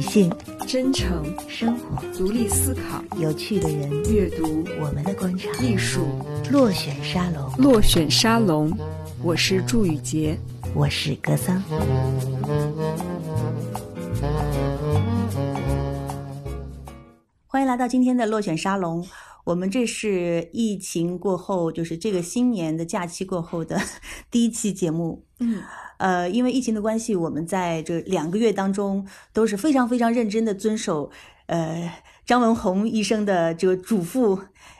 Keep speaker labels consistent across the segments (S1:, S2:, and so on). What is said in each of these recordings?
S1: 信、
S2: 真诚、
S1: 生活、
S2: 独立思考、
S1: 有趣的人、
S2: 阅读、
S1: 我们的观察、
S2: 艺术、
S1: 落选沙龙。
S2: 落选沙龙。我是祝雨杰，
S1: 我是格桑。
S3: 欢迎来到今天的落选沙龙。我们这是疫情过后，就是这个新年的假期过后的 第一期节目。
S2: 嗯，
S3: 呃，因为疫情的关系，我们在这两个月当中都是非常非常认真的遵守，呃，张文宏医生的这个嘱咐，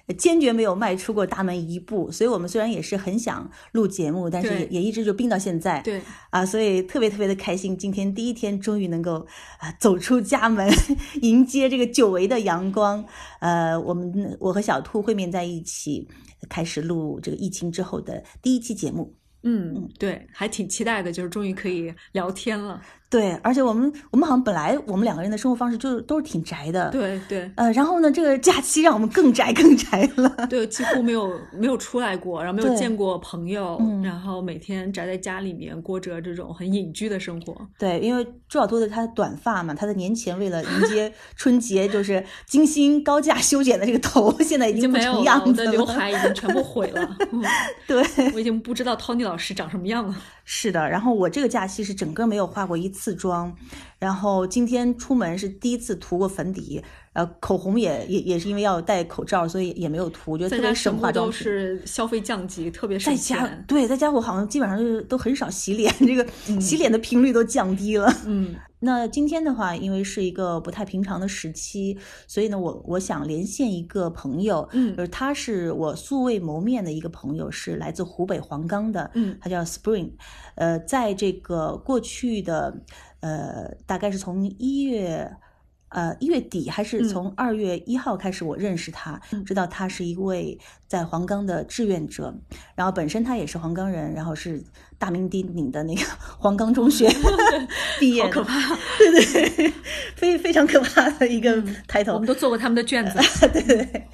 S3: 呃坚决没有迈出过大门一步。所以我们虽然也是很想录节目，但是
S2: 对
S3: 也也一直就病到现在。
S2: 对，
S3: 啊，所以特别特别的开心，今天第一天终于能够啊走出家门， 迎接这个久违的阳光。呃，我们我和小兔会面在一起，开始录这个疫情之后的第一期节目。
S2: 嗯，对，还挺期待的，就是终于可以聊天了。
S3: 对，而且我们我们好像本来我们两个人的生活方式就是都是挺宅的。。
S2: 对对
S3: 呃，然后呢，这个假期让我们更宅更宅 了。
S2: 对，几乎没有没有出来过，然后没有
S3: 对
S2: 见过朋友，
S3: 嗯
S2: 然后每天宅在家里面过着这种很隐居的生活。
S3: 对，因为朱小兔的她短发嘛，她在年前为了迎接春节，就是精心高价修剪的这个头，现在已
S2: 已
S3: 经
S2: 经
S3: 不
S2: 没有
S3: 成
S2: 了，
S3: 样
S2: 我
S3: 子
S2: 的刘海已经全部毁 了，嗯
S3: 对，
S2: 我已经不知道 Tony 老师长什么样了。
S3: 是的，然后我这个假期是整个没有化过一次妆，然后今天出门是第一次涂过粉底，呃，口红也也也是因为要戴口罩，所以也没有涂，我觉得
S2: 在
S3: 特
S2: 家
S3: 别
S2: 什
S3: 省
S2: 么
S3: 化妆
S2: 都
S3: 品。
S2: 是消费降级，特别省
S3: 在家
S2: 钱。
S3: 对，在家我好像基本上就是都很少洗脸，这个洗脸的频率都降低了。
S2: 嗯，
S3: 那今天的话，因为是一个不太平常的时期，所以呢，我我想连线一个朋友，
S2: 嗯
S3: 就是他是我素未谋面的一个朋友，是来自湖北黄冈的，
S2: 嗯
S3: 他叫 Spring，呃，在这个过去的呃，大概是从一月。呃，一月底还是
S2: 嗯
S3: 从二月一号开始，我认识他，
S2: 嗯
S3: 知道他是一位在黄冈的志愿者，然后本身他也是黄冈人，然后是大名鼎鼎的那个 黄冈中 学毕业
S2: 好
S3: 的，
S2: 可怕！
S3: 对对，非非常可怕的一个
S2: 嗯
S3: 抬头。
S2: 我们都做过他们的卷 子。
S3: 对对对。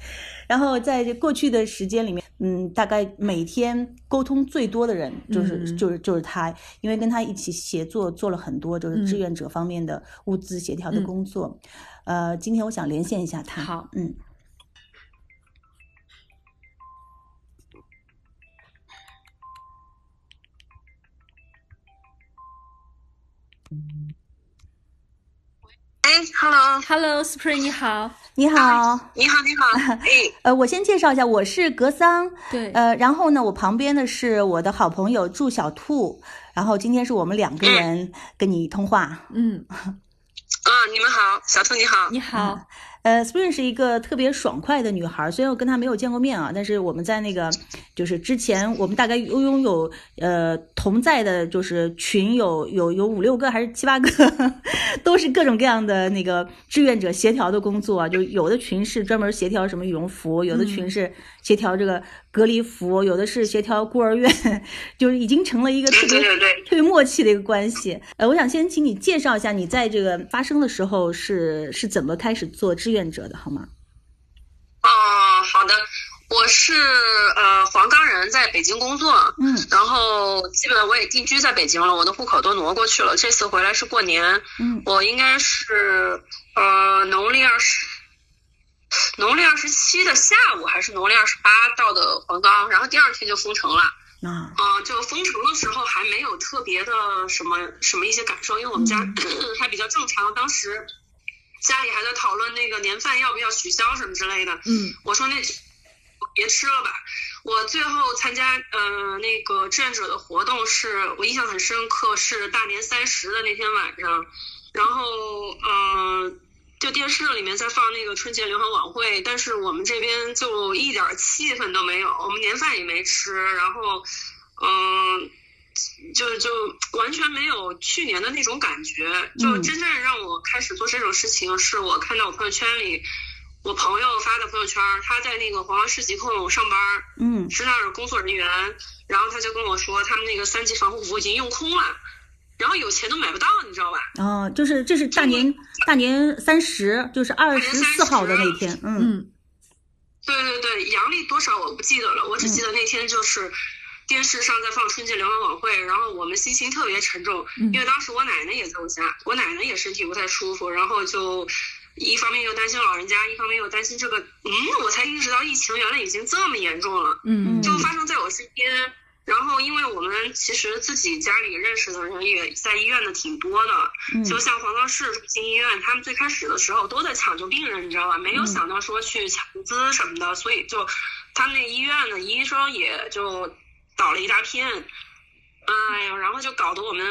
S3: 然后在这过去的时间里面，嗯，大概每天沟通最多的人就是、
S2: 嗯
S3: 就是就是他，因为跟他一起协作做了很多就是志愿者方面的物资协调的工作。呃，今天我想连线一下他。
S2: 嗯好，
S3: 嗯，
S4: 哎，Hello，
S2: Hello Spring，你好。
S3: 你好，
S4: 你好，你 好，哎，
S3: 呃，我先介绍一下，我是格桑，
S2: 对，
S3: 呃，然后呢，我旁边的是我的好朋友祝小兔，然后今天是我们两个人跟你通话。
S2: 嗯，
S4: 啊，你们好，小兔你好，
S2: 你好。
S3: 呃，Spring 是一个特别爽快的女孩，虽然我跟她没有见过面啊，但是我们在那个就是之前我们大概拥拥有呃同在的，就是群有有有五六个还是七八个， 都是各种各样的那个志愿者协调的工作啊，就有的群是专门协调什么羽绒服，有的群是协调这个隔离服，有的是协调孤儿院， 就是已经成了一个特别
S4: 对对对对，
S3: 特别默契的一个关系。呃，我想先请你介绍一下你在这个发生的时候是是怎么开始做志愿者的，好吗？
S4: 哦，好的，我是呃黄冈人，在北京工作，
S3: 嗯
S4: 然后基本我也定居在北京了，我的户口都挪过去了，这次回来是过年，
S3: 嗯
S4: 我应该是呃农历二十。农历二十七的下午还是农历二十八到的黄冈，然后第二天就封城了。
S3: 啊
S4: 嗯，就封城的时候还没有特别的什么什么一些感受，因为我们家、 还比较正常。当时家里还在讨论那个年饭要不要取消什么之类的，
S2: 嗯
S4: 我说那别吃了吧。我最后参加呃那个志愿者的活动是，我印象很深刻，是大年三十的那天晚上，然后呃。就电视里面在放那个春节联欢晚会，但是我们这边就一点儿气氛都没有，我们年饭也没吃，然后，嗯、就就完全没有去年的那种感觉。就
S3: 嗯
S4: 真正让我开始做这种事情，是我看到我朋友圈里，我朋友发的朋友圈，他在那个黄冈市疾控上班儿，
S3: 嗯
S4: 是那儿的工作人员，然后他就跟我说，他们那个三级防护服已经用空了，然后有钱都买不到，你知道吧？
S3: 啊，就是这是大年大年三十，就是二十四号的那天，嗯
S2: 嗯嗯
S4: 对对对，阳历多少我不记得了，我只记得那天就是电视上在放春节联欢晚会，然后我们心情特别沉重，
S2: 嗯
S4: 因为当时我奶奶也在我家，我奶奶也身体不太舒服，然后就一方面又担心老人家，一方面又担心这个，嗯，我才意识到疫情原来已经这么严重了。
S2: 嗯
S4: 就发生在我身边。然后，因为我们其实自己家里认识的人也在医院的挺多的，
S3: 嗯
S4: 就像黄冈市中心医院，他们最开始的时候都在抢救病人，你知道吧？没
S3: 嗯
S4: 有想到说去抢资什么的，所以就他们那医院的医生也就倒了一大片，哎呀，然后就搞得我们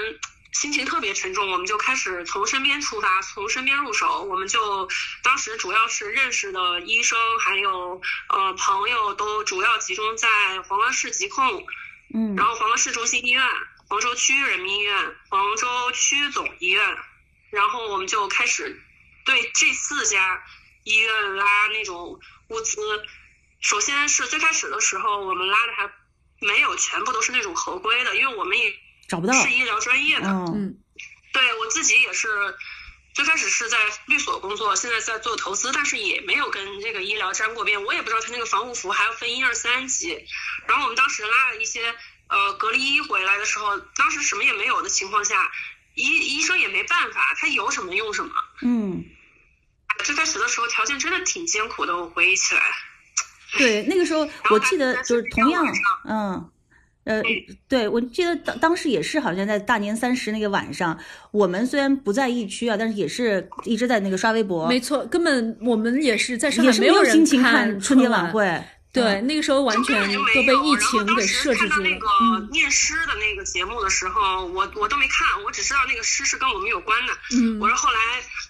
S4: 心情特别沉重，我们就开始从身边出发，从身边入手。我们就当时主要是认识的医生，还有呃朋友，都主要集中在黄冈市疾控，
S3: 嗯
S4: 然后黄冈市中心医院、黄州区人民医院、黄州区总医院，然后我们就开始对这四家医院拉那种物资。首先是最开始的时候，我们拉的还没有全部都是那种合规的，因为我们也
S3: 找不到，
S4: 是医疗专业的。
S3: 嗯
S2: 嗯
S4: 对我自己也是，最开始是在律所工作，现在在做投资，但是也没有跟这个医疗沾过边。我也不知道他那个防护服还要分一二三级。然后我们当时拉了一些呃隔离衣回来的时候，当时什么也没有的情况下，医医生也没办法，他有什么用什么。
S3: 嗯，
S4: 最开始的时候条件真的挺艰苦的，我回忆起来。
S3: 对，那个时候我记得就是同样
S4: 然后大家是，
S3: 嗯，呃，对我记得当当时也是好像在大年三十那个晚上，我们虽然不在疫区啊，但是也是一直在那个刷微博，
S2: 没错，根本我们也是在上
S3: 也
S2: 海
S3: 是
S2: 有
S3: 有
S2: 人
S3: 心情
S2: 看
S3: 春节晚
S2: 晚，嗯
S3: 会，
S2: 对，那个时候完全
S4: 根本就没
S2: 都被
S4: 有
S2: 疫
S4: 然后
S2: 情
S4: 当
S2: 给
S4: 时
S2: 设置
S4: 看到
S2: 住
S4: 那
S2: 了
S4: 个。
S2: 嗯
S4: 念诗的那个节目的时候，我我都没看，我只知道那个诗是跟我们有关的。
S2: 嗯，
S4: 我是后来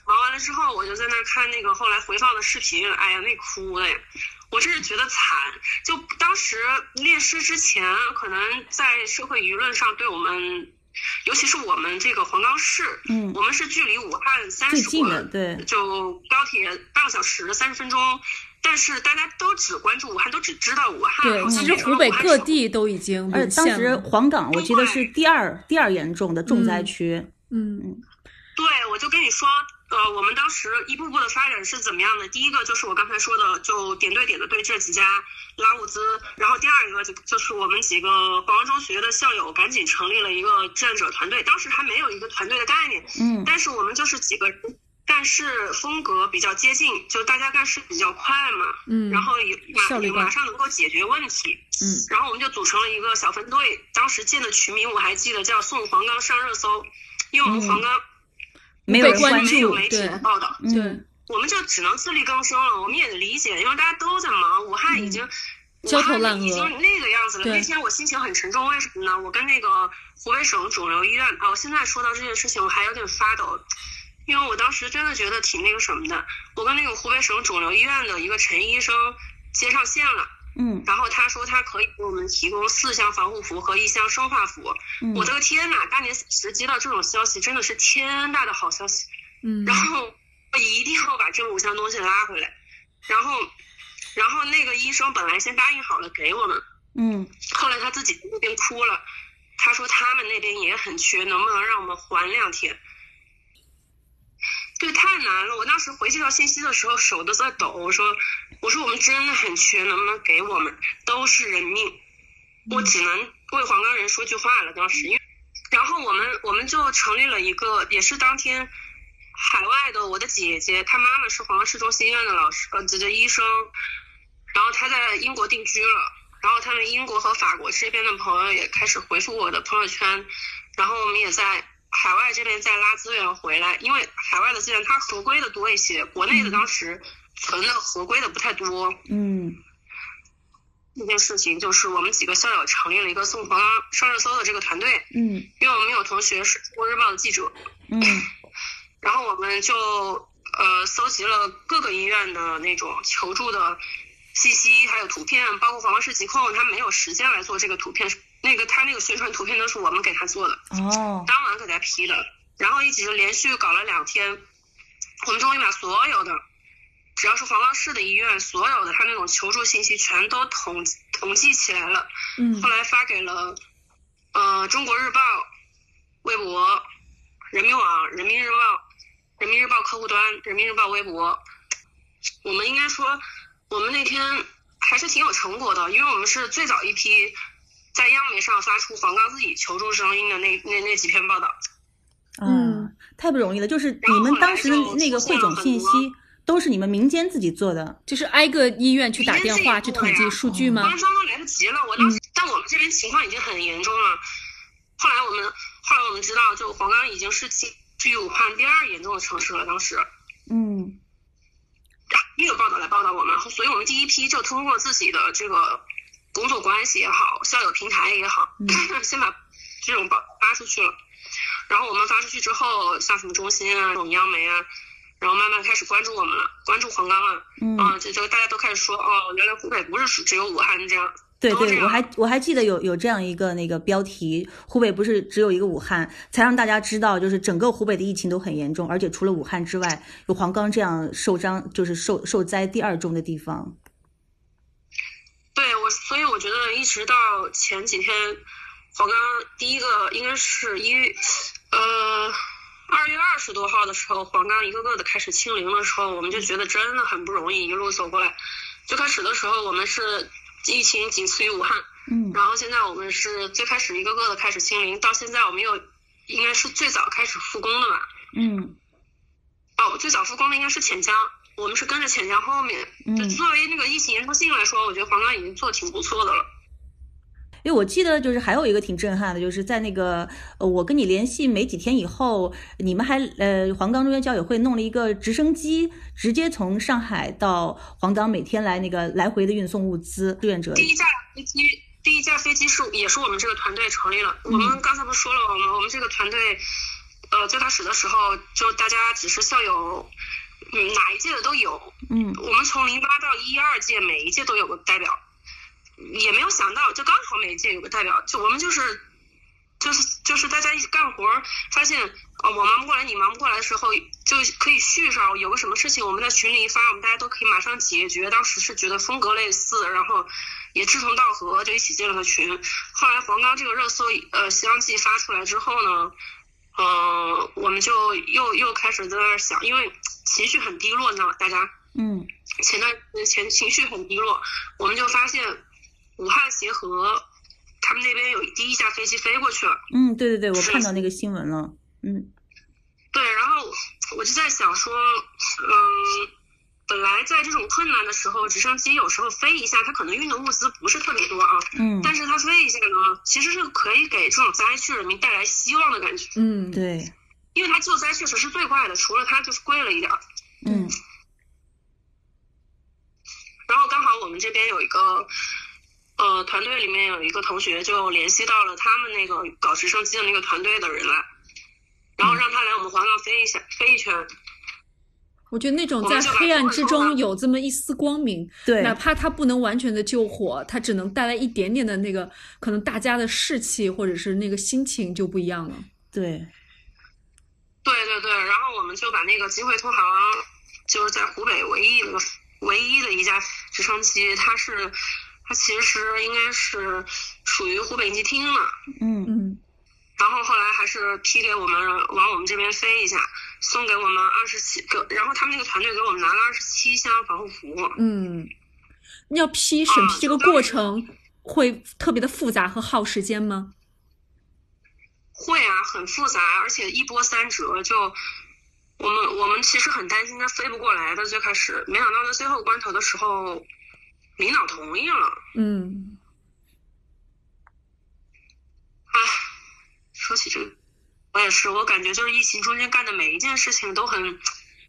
S4: 忙完了之后，我就在那儿看那个后来回放的视频，哎呀，那哭的呀！我真是觉得惨。就当时练诗之前，可能在社会舆论上对我们，尤其是我们这个黄冈市，
S3: 嗯，
S4: 我们是距离武汉三
S3: 最
S4: 十
S3: 近的，
S4: 公
S3: 对，
S4: 就高铁半个小时三十分钟，但是大家都只关注武汉，都只知道武汉。
S2: 对，
S4: 好像
S2: 其实
S4: 没什么
S2: 湖北
S4: 武汉
S2: 各
S4: 省
S2: 地都已经
S3: 而
S2: 沦
S3: 且当
S2: 陷
S3: 时
S2: 了。
S3: 黄冈我记得是第二第二严重的重灾区，
S2: 嗯
S4: 对，我就跟你说，呃，我们当时一步步的发展是怎么样的？第一个就是我刚才说的，就点对点的对这几家拉物资，然后第二个就就是我们几个黄冈中学的校友赶紧成立了一个志愿者团队，当时还没有一个团队的概念，
S3: 嗯
S4: 但是我们就是几个人。干事风格比较接近，就大家干事比较快嘛，
S2: 嗯，
S4: 然后也
S2: 效
S4: 马
S2: 率
S4: 也
S2: 高
S4: 马上能够解决问题。
S2: 嗯
S4: 然后我们就组成了一个小分队，当时建的群名我还记得叫“送黄冈上热搜”，因为我们黄冈
S3: 没有人
S2: 被
S3: 关
S2: 嗯关
S4: 没有
S3: 注
S2: 注，
S4: 媒体
S2: 对
S4: 的报道，
S3: 嗯
S2: 对，
S4: 我们就只能自力更生了。我们也理解，因为大家都在忙，武汉已经。武
S2: 嗯焦头
S4: 汉
S2: 烂
S4: 已
S2: 额
S4: 经那个样子了。
S2: 对
S4: 那天我心情很沉重，为什么呢？我跟那个湖北省肿瘤医院啊，我现在说到这件事情，我还有点发抖，因为我当时真的觉得挺那个什么的。我跟那个湖北省肿瘤医院的一个陈医生接上线了，
S3: 嗯
S4: 然后他说他可以给我们提供四箱防护服和一箱生化服。
S3: 嗯
S4: 我的个天呐，大年三十接到这种消息，真的是天大的好消息。
S2: 嗯，
S4: 然后我一定要把这五箱东西拉回来。然后，然后那个医生本来先答应好了给我们，
S3: 嗯
S4: 后来他自己那边哭了，他说他们那边也很缺，能不能让我们缓两天？对，太难了。我当时回这条信息的时候，手都在抖。我说，我说我们真的很缺，能不能给我们？都是人命，我只能为黄冈人说句话了。当时，因为然后我们我们就成立了一个，也是当天海外的我的姐姐，她妈妈是黄冈市中心医院的老师，呃，这这医生，然后她在英国定居了。然后他们英国和法国这边的朋友也开始回复我的朋友圈，然后我们也在海外这边再拉资源回来，因为海外的资源它合规的多一些，国内的当时存的合规的不太多。
S3: 嗯
S4: 这件事情就是我们几个校友成立了一个送黄冈上热搜的这个团队，
S3: 嗯
S4: 因为我们有同学是《中国日报》的记者，
S3: 嗯
S4: 然后我们就呃搜集了各个医院的那种求助的信息，还有图片，包括黄冈市疾控，他没有时间来做这个图片，那个他那个宣传图片都是我们给他做的，
S3: 哦
S4: 当晚给他批的，然后一直连续搞了两天，我们终于把所有的。只要是黄冈市的医院，所有的他那种求助信息全都统统计起来了，
S2: 嗯
S4: 后来发给了呃《中国日报》、微博、人民网、人民日报、人民日报客户端、人民日报微博。我们应该说，我们那天还是挺有成果的，因为我们是最早一批在央媒上发出黄冈自己求助声音的那那那几篇报道。
S3: 嗯，太不容易了。就是你们当时的那个汇总信息都是你们民间自己做的，
S2: 就是挨个医院去打电话去统计数据吗
S4: 当？时刚刚来不及了，我当时，但我们这边情况已经很严重了。后来我们后来我们知道，就黄冈已经是继继武汉第二严重的城市了。当时
S3: 嗯
S4: 也有报道来报道我们，所以我们第一批就通过自己的这个工作关系也好，校友平台也好， 先把这种报发出去了。然后我们发出去之后，像什么中心啊、这种央媒啊，然后慢慢开始关注我们了，关注黄冈了。
S3: 嗯，
S4: 啊，这这个大家都开始说，哦，原来湖北不是只有武汉这样，
S3: 对
S4: 都这
S3: 对，
S4: 样
S3: 我还我还记得有有这样一个那个标题，湖北不是只有一个武汉，才让大家知道，就是整个湖北的疫情都很严重，而且除了武汉之外，有黄冈这样受伤就是受受灾第二重的地方。
S4: 对我，所以我觉得一直到前几天，黄冈第一个应该是一，呃，二月二十多号的时候，黄冈一个个的开始清零的时候，我们就觉得真的很不容易，一路走过来。最开始的时候，我们是疫情仅次于武汉，
S3: 嗯
S4: 然后现在我们是最开始一个个的开始清零，到现在我们又应该是最早开始复工的吧？
S3: 嗯
S4: 哦，最早复工的应该是潜江，我们是跟着潜江后面。就
S3: 嗯。
S4: 作为那个疫情严重性来说，我觉得黄冈已经做得挺不错的了。
S3: 因为我记得就是还有一个挺震撼的，就是在那个呃我跟你联系没几天以后，你们还呃黄冈中学校友会弄了一个直升机，直接从上海到黄冈，每天来那个来回的运送物资志愿者。
S4: 第一架飞机，第一架飞机是也是我们这个团队成立了。我们刚才不是说了，我们我们这个团队，呃，最开始的时候就大家只是校友，嗯，哪一届的都有。
S3: 嗯
S4: 我们从零八到一二届，每一届都有个代表，也没有想到，就刚好每一届有个代表，就我们就是。就是就是大家一起干活儿，发现呃我忙不过来，你忙不过来的时候，就可以续上。有个什么事情，我们在群里一发，我们大家都可以马上解决。当时是觉得风格类似，然后也志同道合，就一起建了个群。后来黄冈这个热搜呃相继发出来之后呢，呃，我们就又又开始在那儿想，因为情绪很低落，你知道吗？大家
S3: 嗯
S4: 前段前情绪很低落，我们就发现武汉协和他们那边有第一架飞机飞过去了。
S3: 嗯，对对对，我看到那个新闻了。嗯
S4: 对，然后我就在想说，嗯，本来在这种困难的时候，直升机有时候飞一下，它可能运的物资不是特别多啊，
S3: 嗯，
S4: 但是它飞一下呢，其实是可以给这种灾区人民带来希望的感觉，
S2: 嗯，
S3: 对，
S4: 因为它救灾确实是最快的，除了它就是贵了一点儿。
S3: 嗯
S4: 然后刚好我们这边有一个。呃，团队里面有一个同学就联系到了他们那个搞直升机的那个团队的人来，然后让他来我们黄冈飞一下，飞一圈。
S2: 我觉得那种在黑暗之中有这么一丝光明，
S3: 对
S2: 哪怕它不能完全的救火，它只能带来一点点的那个，可能大家的士气或者是那个心情就不一样了。
S3: 对，
S4: 对对对，然后我们就把那个金汇通航，就是在湖北唯一的唯一的一架直升机，它是它其实应该是属于湖北应急厅了，
S3: 嗯
S2: 嗯
S4: 然后后来还是批给我们往我们这边飞一下，送给我们二十七个，然后他们那个团队给我们拿了二十七箱防护服。
S2: 嗯，要批审批这个过程会特别的复杂和耗时间吗？
S4: 会啊，很复杂，而且一波三折。就我们我们其实很担心它飞不过来的，最开始没想到在最后关头的时候，领导同意了。
S2: 嗯，
S4: 唉，说起这个，我也是，我感觉就是疫情中间干的每一件事情都很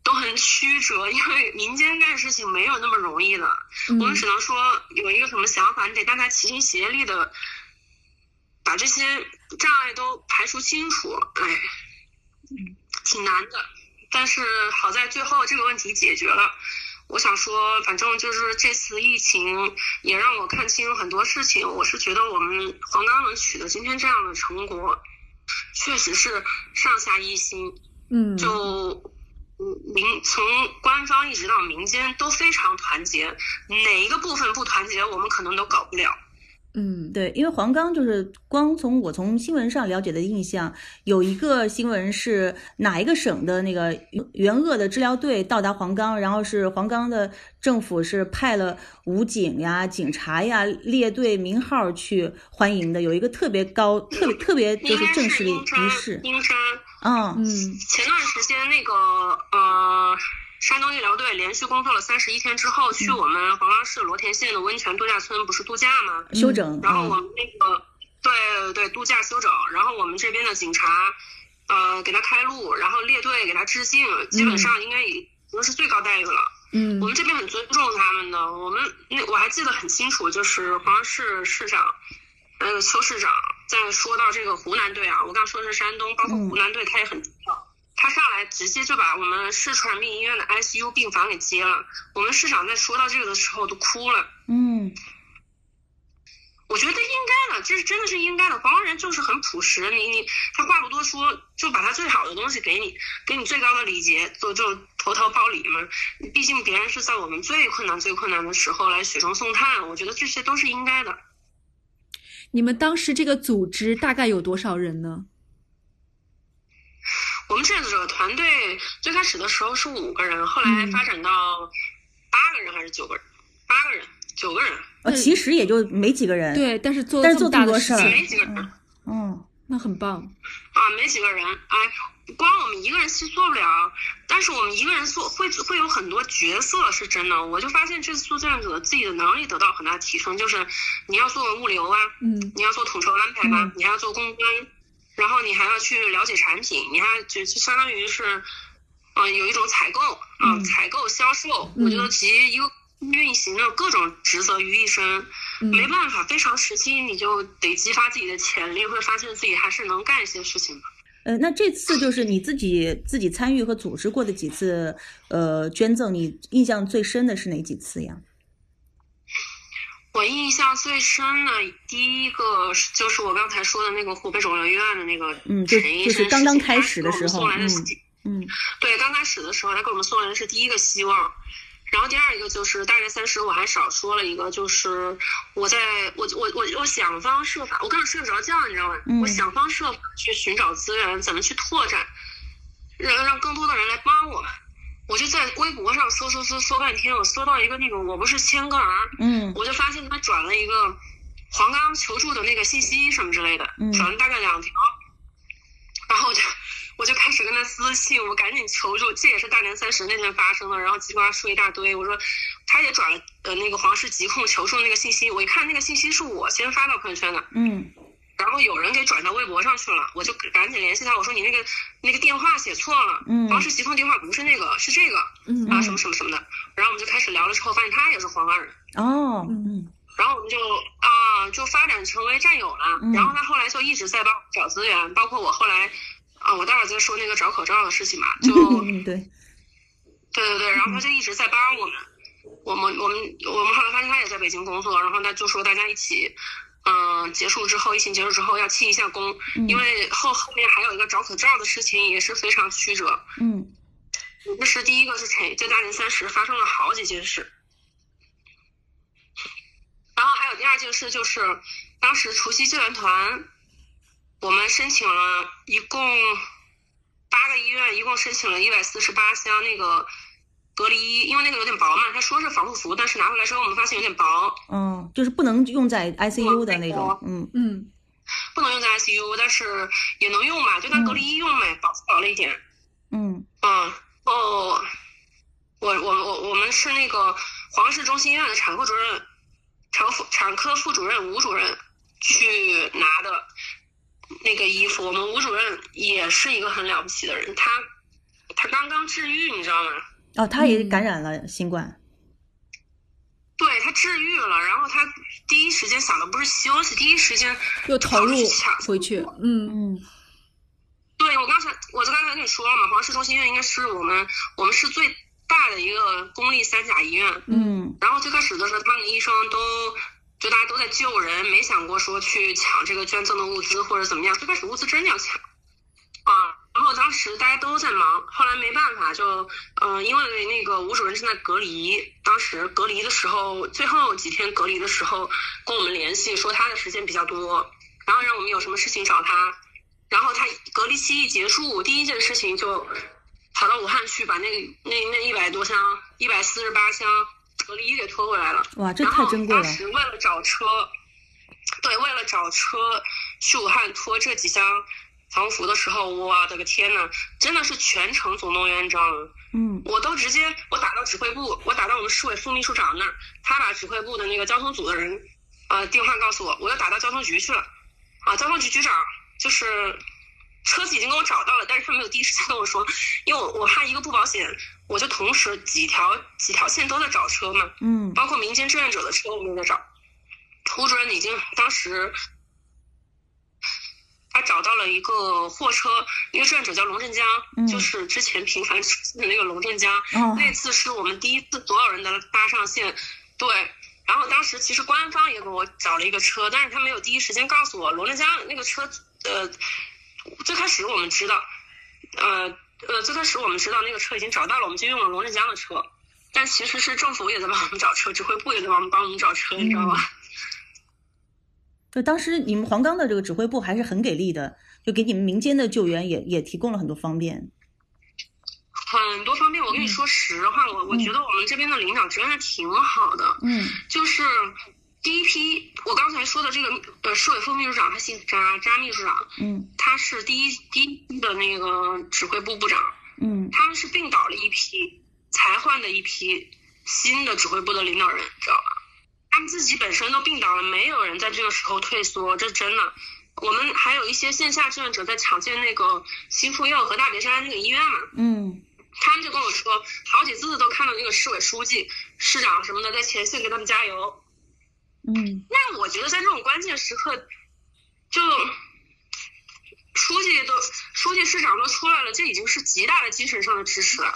S4: 都很曲折，因为民间干事情没有那么容易的。
S2: 嗯
S4: 我们只能说有一个什么想法，你得大家齐心协力的把这些障碍都排除清楚。哎，挺难的，但是好在最后这个问题解决了。我想说，反正就是这次疫情也让我看清很多事情。我是觉得我们黄冈能取得今天这样的成果，确实是上下一心。
S2: 嗯，
S4: 就嗯民从官方一直到民间都非常团结，哪一个部分不团结，我们可能都搞不了。
S2: 嗯，
S3: 对，因为黄冈就是光从我从新闻上了解的印象，有一个新闻是哪一个省的那个援援鄂的治疗队到达黄冈，然后是黄冈的政府是派了武警呀、警察呀、列队名号去欢迎的，有一个特别高、特别特别就
S4: 应
S3: 是
S4: 该
S3: 正式的
S4: 英山
S3: 仪式。
S4: 英山
S3: 嗯，
S2: 嗯，
S4: 前段时间那个呃，山东医疗队连续工作了三十一天之后，
S3: 嗯
S4: 去我们黄冈市罗田县的温泉度假村不是度假吗？
S3: 休整。
S4: 然后我
S3: 嗯，
S4: 们那个对对度假休整，然后我们这边的警察呃给他开路，然后列队给他致敬，基
S3: 嗯
S4: 本上应该已经是最高待遇了。
S2: 嗯
S4: 我们这边很尊重他们的。我们那我还记得很清楚，就是黄冈市市长，呃，邱市长在说到这个湖南队啊，我刚说是山东，包括湖南队，他也很重要。他上来直接就把我们市传病医院的 ICU 病房给接了。我们市长在说到这个的时候都哭了。
S3: 嗯，
S4: 我觉得应该的，这是真的是应该的。黄冈人就是很朴实，你你他话不多说，就把他最好的东西给你，给你最高的礼节，就就投桃报李嘛。毕竟别人是在我们最困难最困难的时候来雪中送炭，我觉得这些都是应该的。
S2: 你们当时这个组织大概有多少人呢？
S4: 我们这个团队最开始的时候是五个人，后来发展到八个人还是九个人？八个人，九个人，
S3: 呃，其实也就没几个人。，
S2: 对，但是做了
S3: 但是
S2: 这么
S3: 做
S2: 大
S3: 这么多
S2: 的事
S3: 事儿
S2: 情，
S4: 没几个人。
S3: 嗯
S2: 那很棒。
S4: 啊，没几个人，哎，光我们一个人是做不了，但是我们一个人做会会有很多角色是真的。我就发现这次做志愿者自己的能力得到很大提升，就是你要做物流啊，
S2: 嗯
S4: 你要做统筹安排
S3: 嗯
S4: 吧，你还要做公关，然后你还要去了解产品，你还要就就相当于是，嗯、有一种采购啊、
S3: 嗯
S4: 采购销售，
S2: 嗯
S4: 我觉得集一个运行的各种职责于一身，
S2: 嗯
S4: 没办法，非常时期你就得激发自己的潜力，会发现自己还是能干一些事情的。
S3: 呃，那这次就是你自己自己参与和组织过的几次呃捐赠，你印象最深的是哪几次呀？
S4: 我印象最深的第一个是就是我刚才说的那个湖北肿瘤医院的那个
S3: 嗯就
S4: 陈医
S3: 就
S4: 生
S3: 是
S4: 事情，
S3: 刚刚开始的
S4: 他给我
S3: 时
S4: 们
S3: 候
S4: 送来的
S3: 嗯嗯
S4: 对，刚开始的时候，他给我们送来的是第一个希望，然后第二一个就是大年三十，我还少说了一个，就是我在我我我我想方设法，我根本睡不着觉，你知道吗？
S3: 嗯
S4: 我想方设法去寻找资源，怎么去拓展，让让更多的人来帮我们。我就在微博上搜搜搜搜半天，我搜到一个那个我不是谦格儿，
S3: 嗯
S4: 我就发现他转了一个黄冈求助的那个信息什么之类的，
S3: 嗯
S4: 转了大概两条，然后我就我就开始跟他私信，我赶紧求助，这也是大年三十那天发生的，然后叽呱说一大堆，我说他也转了呃那个黄氏疾控求助那个信息，我一看那个信息是我先发到朋友圈的，
S3: 嗯
S4: 然后有人给转到微博上去了，我就赶紧联系他，我说你那个那个电话写错了，
S3: 嗯
S4: 黄氏疾控电话不是那个，是这个
S2: 嗯
S4: 啊什么什么什么的，然后我们就开始聊了之后，发现他也是黄冈人。
S3: 哦
S2: 嗯
S4: 然后我们就啊、就发展成为战友了。
S3: 嗯
S4: 然后他后来就一直在帮我找资源，包括我后来啊、我待会儿再说那个找口罩的事情嘛。就
S3: 嗯对
S4: 对对对，然后他就一直在帮我们。我们我们我们后来发现他也在北京工作，然后他就说大家一起，嗯、结束之后，疫情结束之后要庆一下功，
S3: 嗯
S4: 因为后后面还有一个找口罩的事情也是非常曲折。
S3: 嗯
S4: 那是第一个是陈，在大年三十发生了好几件事，然后还有第二件事就是，当时除夕救援团，我们申请了一共八个医院，一共申请了一百四十八箱那个隔离衣，因为那个有点薄嘛，他说是防护服，但是拿回来之后我们发现有点薄，
S3: 哦，就是不能用在 ICU 的那种
S4: 我
S3: 嗯
S2: 嗯
S4: 不能用在 ICU，但是也能用嘛，就当隔离衣用呗，薄薄了一点。
S3: 嗯
S4: 嗯，哦，我我我我们是那个黄石中心医院的产科主任、产妇产科副主任吴主任去拿的那个衣服。我们吴主任也是一个很了不起的人，他他刚刚治愈，你知道吗？
S3: 哦，他也
S2: 嗯
S3: 感染了新冠
S4: 对他治愈了，然后他第一时间想的不是休息，第一时间
S2: 又投入
S4: 跑去抢
S2: 回去，嗯
S3: 嗯
S4: 对我刚才，我就刚才跟你说了嘛，黄石中心医院应该是我们我们是最大的一个公立三甲医院。
S3: 嗯
S4: 然后最开始的时候，他们医生都就大家都在救人，没想过说去抢这个捐赠的物资或者怎么样。最开始物资真的要抢啊，然后当时大家都在忙，后来没办法就，嗯、因为那个吴主任正在隔离，当时隔离的时候，最后几天隔离的时候跟我们联系，说他的时间比较多，然后让我们有什么事情找他。然后他隔离期一结束，第一件事情就跑到武汉去把那个那那一百多箱、一百四十八箱隔离衣给拖回来了。
S3: 哇，这
S4: 然
S3: 太
S4: 后
S3: 珍贵了
S4: 当。时为了找车，对，为了找车去武汉拖这几箱防服的时候，我的个天呐，真的是全程总动员，你知道吗？
S3: 嗯
S4: 我都直接我打到指挥部，我打到我们市委副秘书长那儿，他把指挥部的那个交通组的人，呃，电话告诉我，我又打到交通局去了，啊，交通局局长就是车子已经给我找到了，但是他没有第一时间跟我说，因为我我怕一个不保险，我就同时几条几条线都在找车嘛，
S3: 嗯
S4: 包括民间志愿者的车我们也在找。胡主任已经当时他找到了一个货车，一个志愿者叫龙振江，
S3: 嗯
S4: 就是之前频繁出现的那个龙振江。
S3: 哦
S4: 那次是我们第一次所有人的搭上线，对。然后当时其实官方也给我找了一个车，但是他没有第一时间告诉我龙振江那个车，呃，最开始我们知道，呃呃，最开始我们知道那个车已经找到了，我们就用了龙振江的车，但其实是政府也在帮我们找车，指挥部也在帮我们帮我们找车，你知道吧？
S3: 嗯就当时你们黄冈的这个指挥部还是很给力的，就给你们民间的救援也也提供了很多方便。
S4: 很多方面，我跟你说实话，我我觉得我们这边的领导真的挺好的，
S3: 嗯
S4: 就是第一批我刚才说的这个呃市委副秘书长，他姓扎，扎秘书长，
S3: 嗯
S4: 他是第一第一批的那个指挥部部长，
S3: 嗯
S4: 他们是并倒了一批，才换的一批新的指挥部的领导人，你知道吧？他们自己本身都病倒了，没有人在这个时候退缩，这真的。我们还有一些线下志愿者在常见那个新妇幼和大别山那个医院嘛，
S3: 嗯
S4: 他们就跟我说，好几次都看到那个市委书记、市长什么的在前线给他们加油，
S3: 嗯
S4: 那我觉得在这种关键时刻，就书记都书记市长都出来了，这已经是极大的精神上的支持了，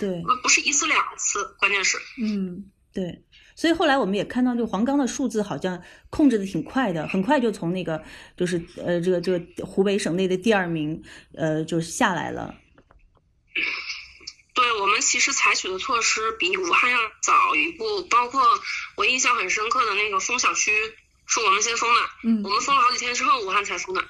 S3: 对
S4: 不不是一次两次，关键是
S2: 嗯，
S3: 对，所以后来我们也看到，就黄冈的数字好像控制的挺快的，很快就从那个就是呃这个这个湖北省内的第二名呃就下来了。
S4: 对我们其实采取的措施比武汉要早一步，包括我印象很深刻的那个封小区，是我们先封的，
S2: 嗯
S4: 我们封了好几天之后，武汉才封的。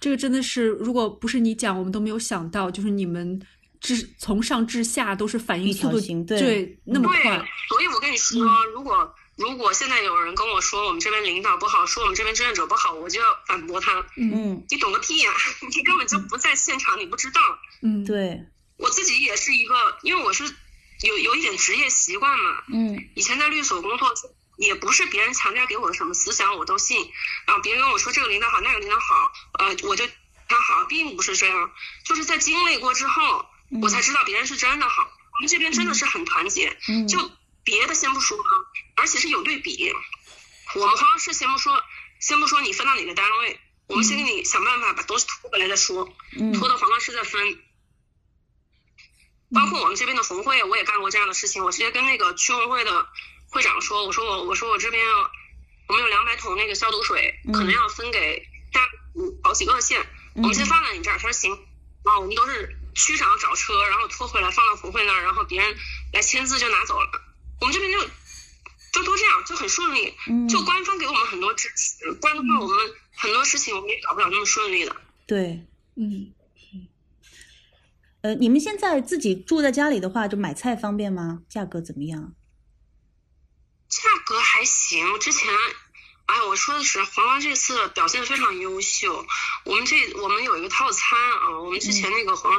S2: 这个真的是，如果不是你讲，我们都没有想到，就是你们至从上至下都是反应
S3: 一
S2: 速
S3: 条
S2: 度
S3: 心对
S2: 那么
S4: 对
S2: 快，，嗯
S4: 所以我跟你说，如果如果现在有人跟我说我们这边领导不好，说我们这边志愿者不好，我就要反驳他。
S3: 嗯，
S4: 你懂个屁呀、 你根本就不在现场，你不知道。
S2: 嗯，
S3: 对，
S4: 我自己也是一个，因为我是有有一点职业习惯嘛，
S3: 嗯
S4: 以前在律所工作，也不是别人强加给我的什么思想我都信，然后别人跟我说这个领导好，那个领导好，呃，我就他好，并不是这样，就是在经历过之后，
S3: 嗯
S4: 我才知道别人是真的好。我们这边真的是很团结，
S3: 嗯
S4: 就别的先不说，啊而且是有对比。我们黄冈市先不说，先不说你分到哪个单位，我们先给你想办法把东西拖回来再说，
S3: 嗯
S4: 拖到黄冈市再分。包括我们这边的红会，我也干过这样的事情。我直接跟那个区红会的会长说，我说我我说我这边要，我们有两百桶那个消毒水，可
S3: 嗯
S4: 能要分给大嗯好几个县，我们
S3: 嗯
S4: 先放在你这儿。他说行，啊，我们都是区长找车，然后拖回来放到红会那儿，然后别人来签字就拿走了。我们这边就就都这样，就很顺利。
S3: 嗯，
S4: 就官方给我们很多支持，不然的话我们很多事情我们也搞不了那么顺利的。
S3: 对。
S2: 嗯，
S3: 呃，你们现在自己住在家里的话，就买菜方便吗？价格怎么样？
S4: 价格还行，之前，哎，我说的是黄冈这次表现非常优秀。我们这我们有一个套餐啊，我们
S3: 嗯
S4: 之前那个黄、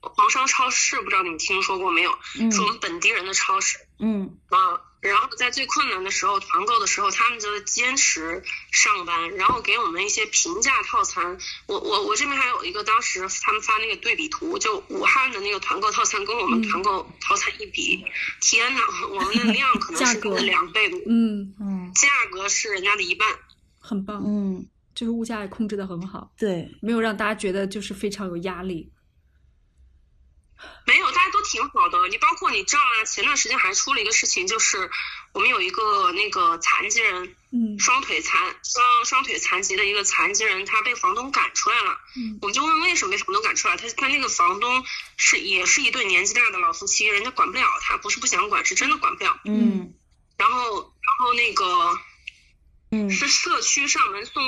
S4: 黄商超市，不知道你们听说过没有？
S3: 嗯
S4: 是我们本地人的超市
S3: 嗯
S4: 啊。然后在最困难的时候，团购的时候，他们就坚持上班，然后给我们一些平价套餐。我我我这边还有一个，当时他们发那个对比图，就武汉的那个团购套餐跟我们
S2: 嗯
S4: 团购套餐一比，天呐，我们的量可能
S2: 价
S4: 是他
S2: 格
S4: 们的两倍多。
S2: 嗯，
S3: 嗯
S4: 价格是人家的一半。
S2: 很棒，
S3: 嗯，
S2: 就是物价也控制的很好，
S3: 对，
S2: 没有让大家觉得就是非常有压力。
S4: 没有，大家都挺好的。你包括你知道吗？前段时间还出了一个事情，就是我们有一个那个残疾人，
S2: 嗯
S4: 双腿残双双腿残疾的一个残疾人，他被房东赶出来了。
S2: 嗯
S4: 我们就问为什么被房东赶出来，他他那个房东是也是一对年纪大的老夫妻，人家管不了他，不是不想管，是真的管不了。
S3: 嗯
S4: 然后然后那个
S3: 嗯
S4: 是社区上门送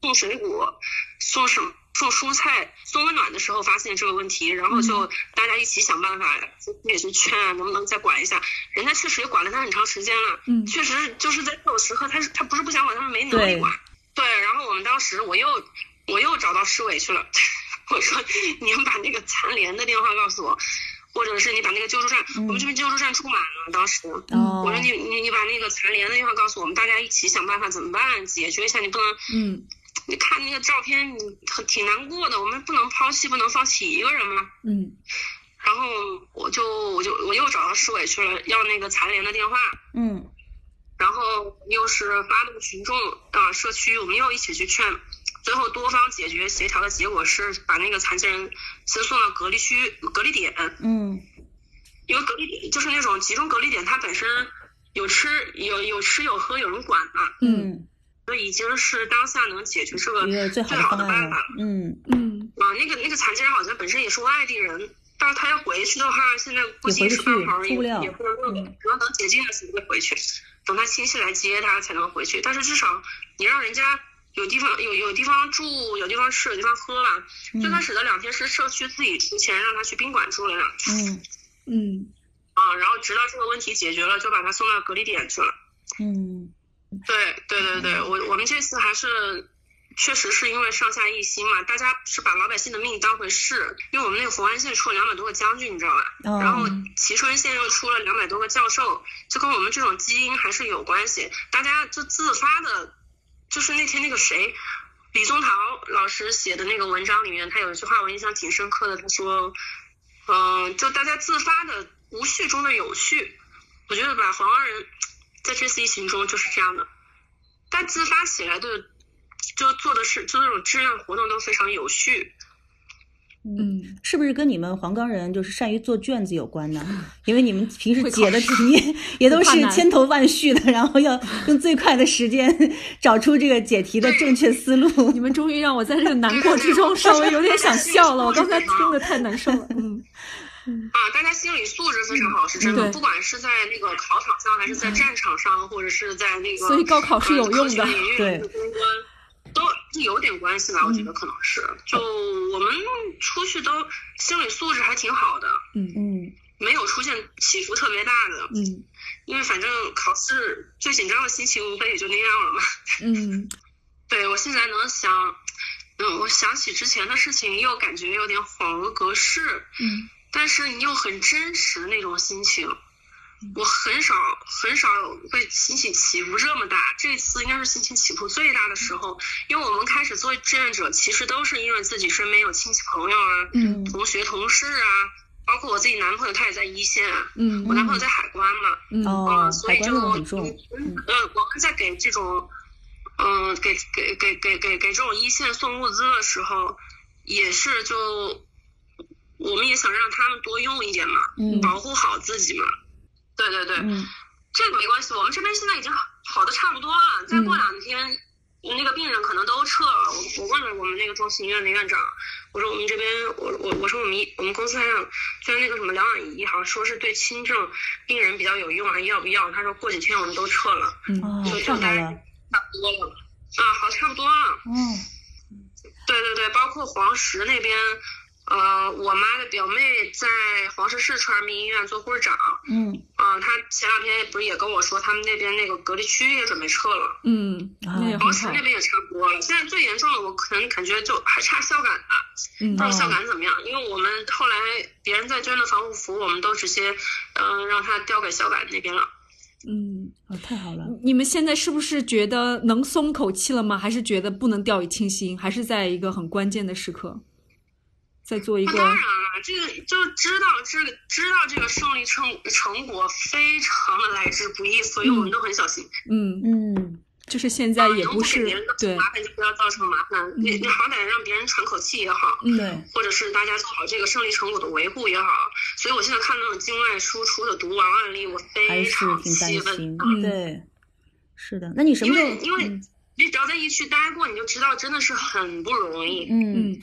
S4: 送水果，送什么种蔬菜送温暖的时候发现这个问题，然后就大家一起想办法，也去劝啊，能不能再管一下？人家确实也管了他很长时间了，
S2: 嗯
S4: 确实就是在这种时刻，他是他不是不想管，他是没能力
S3: 对
S4: 管。对，然后我们当时我又我又找到市委去了， 我说你们把那个残联的电话告诉我，或者是你把那个救助站，我们这边救助站住满了，当时。
S3: 哦
S4: 我说你你你把那个残联的电话告诉我们，大家一起想办法怎么办解决一下，你不能
S2: 嗯
S4: 你看那个照片，你很挺难过的。我们不能抛弃，不能放弃一个人嘛。
S2: 嗯
S4: 然后我就我就我又找到市委去了，要那个残联的电话，
S3: 嗯
S4: 然后又是发动群众啊、社区，我们又一起去劝。最后多方解决协调的结果是把那个残疾人先送到隔离区隔离点，
S3: 嗯
S4: 因为隔离点就是那种集中隔离点，它本身有吃有有吃有喝，有人管嘛，
S2: 嗯
S3: 嗯，
S4: 所以已经是当下能解决这个
S3: 一个嗯最好的方案了。嗯，
S2: 嗯，
S4: 啊，那个那个残疾人好像本身也是外地人，但是他要回去的话，现在估计
S3: 也回不
S4: 是
S3: 去
S4: 半跑
S3: 出
S4: 也
S3: 不了
S4: 也不能够，
S3: 嗯
S4: 可能等解禁了才会回去，等他亲戚来接他才能回去。但是至少你让人家有地方有有地方住，有地方吃，有地方喝吧。最
S3: 嗯
S4: 开始的两天是社区自己出钱让他去宾馆住了两天
S3: 嗯
S2: 嗯
S4: 啊，然后直到这个问题解决了，就把他送到隔离点去了。
S3: 嗯
S4: 对对对对，我我们这次还是确实是因为上下一心嘛，大家是把老百姓的命当回事，因为我们那个红安县出了两百多个将军，你知道吧？
S3: 哦
S4: 然后蕲春县又出了两百多个教授，就跟我们这种基因还是有关系，大家就自发的，就是那天那个谁。李宗棠老师写的那个文章里面，他有一句话我印象挺深刻的，他说：“嗯、就大家自发的无序中的有序，我觉得吧，黄冈人在这次疫情中就是这样的，但自发起来的，就做的事，就这种志愿活动都非常有序。
S3: 嗯，
S2: 嗯，
S3: 是不是跟你们黄冈人就是善于做卷子有关呢？ 因为你们平时
S2: 会考
S3: 解的题 也都
S2: 会跨
S3: 是
S2: 栏
S3: 千头万绪的，然后要用最快的时间 找出这个解题的正确思 路。
S2: 你们终于让我在这个难过之中稍微有点想笑了，我刚才听的太难受了。嗯
S4: 啊，大家心理素质非常好，是真的。
S2: 对
S4: 不管是在那个考场上，还是在战场上，或者是在那个，
S2: 所以高考是有用的
S4: 呃科学领域
S3: 对
S4: 的攻关都是有点关系吧，我觉
S2: 嗯
S4: 得可能是。就我们出去都心理素质还挺好的，
S2: 嗯
S3: 嗯
S4: 没有出现起伏特别大的。
S2: 嗯
S4: 因为反正考试最紧张的心情无非也就那样了嘛。
S2: 嗯
S4: 对我现在能想，嗯，我想起之前的事情，又感觉有点恍如隔世，
S2: 嗯
S4: 但是你又很真实那种心情。
S3: 嗯
S4: 我很少很少会心情起伏这么大，这次应该是心情起伏最大的时候，因为我们开始做志愿者，其实都是因为自己身边有亲戚朋友啊、
S2: 嗯
S4: 同学同事啊，包括我自己男朋友，他也在一线啊，我
S2: 嗯
S4: 男朋友在海关嘛，
S2: 嗯
S3: 哦
S4: 啊，，所
S3: 海
S4: 以
S3: 关
S4: 就
S3: 任务很重。
S4: 嗯，呃我们在给这种，嗯、给给给给给给这种一线送物资的时候，也是就，我们也想让他们多用一点嘛，
S3: 嗯
S4: 保护好自己嘛。对对对，
S3: 嗯
S4: 这个没关系，我们这边现在已经好好的差不多了，再过两天。那个病人可能都撤了，我我问了我们那个中心医院的院长，我说我们这边我我我说我们医我们公司还想虽然那个什么疗养仪好像说是对轻症病人比较有用，还要不要？他说过几天我们都撤了，
S2: 嗯
S3: 哦
S4: 就，就
S3: 上
S4: 大
S3: 来
S4: 概
S3: 了。
S4: 差不多了啊，好差不多了。
S3: 哦，
S4: 对对对，包括黄石那边，呃，我妈的表妹在黄石市传染病医院做护士长，
S3: 嗯
S4: 啊，她前两天不是也跟我说，他们那边那个隔离区也准备撤了。
S2: 嗯，那也很
S4: 黄石
S2: 好
S4: 那。边也差不多了，现在最严重的我可能感觉就还差孝感吧，
S2: 嗯
S4: 不知道孝感怎么样，因为我们后来别人在捐的防护服，我们都直接嗯、呃让他调给孝感那边了。
S2: 嗯，
S3: 哦，太好了。
S2: 你们现在是不是觉得能松口气了吗？还是觉得不能掉以轻心？还是在一个很关键的时刻，在做一
S4: 那
S2: 个
S4: 当然了，这个就知道这个知道这个胜利成成果非常的来之不易，所以我们都很小心。
S2: 嗯，
S3: 嗯
S2: 就是现在也
S4: 能
S2: 不
S4: 不啊给
S2: 是
S4: 别人造
S2: 对
S4: 成，麻烦就不要造成麻烦，你
S3: 嗯
S4: 你好歹让别人喘口气也好，
S2: 嗯
S3: 对
S4: 或者是大家做好这个胜利成果的维护也好。所以我现在看那种境外输出的毒王案例，我
S3: 还
S4: 非
S3: 是
S4: 常
S3: 挺担
S4: 气
S3: 心
S4: 愤。
S3: 的。
S2: 嗯
S3: 对，是的。那你什
S4: 因
S3: 么时
S4: 为
S3: 候？嗯
S4: 因为你只要在疫区待过，你就知道真的是很不容易。
S3: 嗯
S2: 嗯。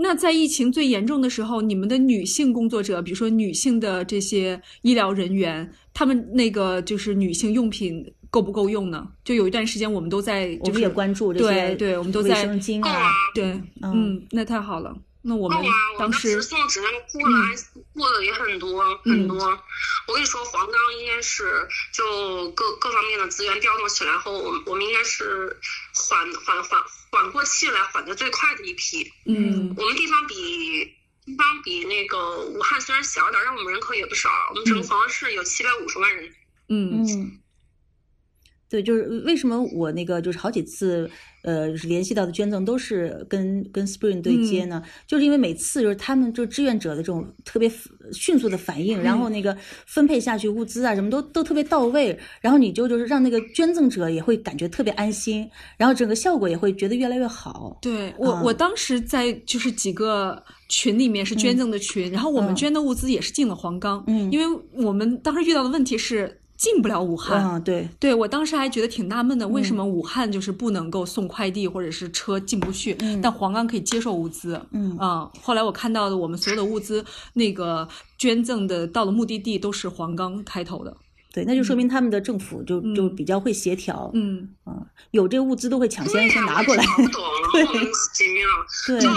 S2: 那在疫情最严重的时候，你们的女性工作者，比如说女性的这些医疗人员，他们那个就是女性用品够不够用呢？就有一段时间我们都在，
S3: 我
S2: 就
S3: 们也
S2: 是
S3: 关注这
S2: 对
S3: 些
S2: 对我们都
S3: 卫
S2: 在
S3: 生巾
S4: 够
S3: 啊
S4: 啊，，
S2: 对，
S3: 嗯
S2: 嗯，那太好了。那我
S4: 够
S2: 们
S4: 啊！我
S2: 当
S4: 们
S2: 时
S4: 直送指南
S3: 嗯
S4: 过了，过的也很多很多。我跟你说，黄冈应该是就各各方面的资源调动起来后，我们我们应该是缓缓缓缓过气来，缓的最快的一批。
S2: 嗯
S4: 我们地方比地方比那个武汉虽然小点儿，但我们人口也不少。我们整个黄冈市有七百五十万人。
S2: 嗯
S3: 嗯，对，就是为什么我那个就是好几次，呃，就是联系到的捐赠都是跟跟 Spring 对接呢？就是因为每次就是他们就志愿者的这种特别迅速的反应，然后那个分配下去物资啊什么都都特别到位，然后你就就是让那个捐赠者也会感觉特别安心，然后整个效果也会觉得越来越好。
S2: 对我，
S3: 嗯
S2: 我当时在就是几个群里面是捐赠的群，然后我们
S3: 嗯
S2: 捐的物资也是进了黄冈，
S3: 嗯
S2: 因为我们当时遇到的问题是进不了武汉。
S3: 啊，对，
S2: 对我当时还觉得挺纳闷的，为什么武汉就是不能够送快递或者是车进不去，但黄冈可以接受物资？啊
S3: 嗯
S2: 后来我看到的我们所有的物资那个捐赠的到了目的地都是黄冈开头的。
S3: 对，那就说明他们的政府就、就
S2: 嗯
S3: 比较会协调，
S2: 嗯
S3: 有这个物资都会抢
S4: 对
S3: 先
S4: 呀，
S3: 先拿
S4: 我
S3: 过来
S4: 也。是搞不懂， 莫名其妙。
S3: 对
S4: 就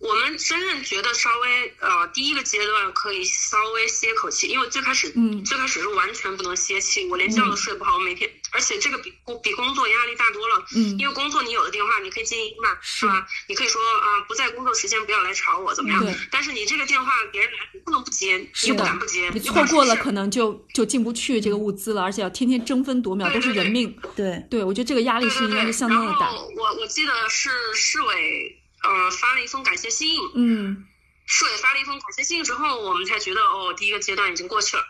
S4: 我们真正觉得稍微呃，第一个阶段可以稍微歇口气，因为最开始，
S2: 嗯
S4: 最开始是完全不能歇气，我连觉都睡不好，我每天，而且这个比比工作压力大多了。
S2: 嗯
S4: 因为工作你有了电话，你可以静音嘛，是吧？你可以说啊、不在工作时间不要来吵我，怎么样
S2: 对？
S4: 但是你这个电话别人来，你不能不接，你
S2: 是
S4: 又不
S2: 的
S4: 敢不接，
S2: 你错
S4: 又
S2: 过了
S4: 怕出事
S2: 可能就就进不去这个物资了，而且要天天争分夺秒，都是人命。
S3: 对，
S2: 对，我觉得这个压力是应该是相当的
S4: 然
S2: 大。
S4: 后我我记得是市委呃发了一封感谢信，
S2: 嗯
S4: 市委发了一封感谢信之后，我们才觉得哦，第一个阶段已经过去了，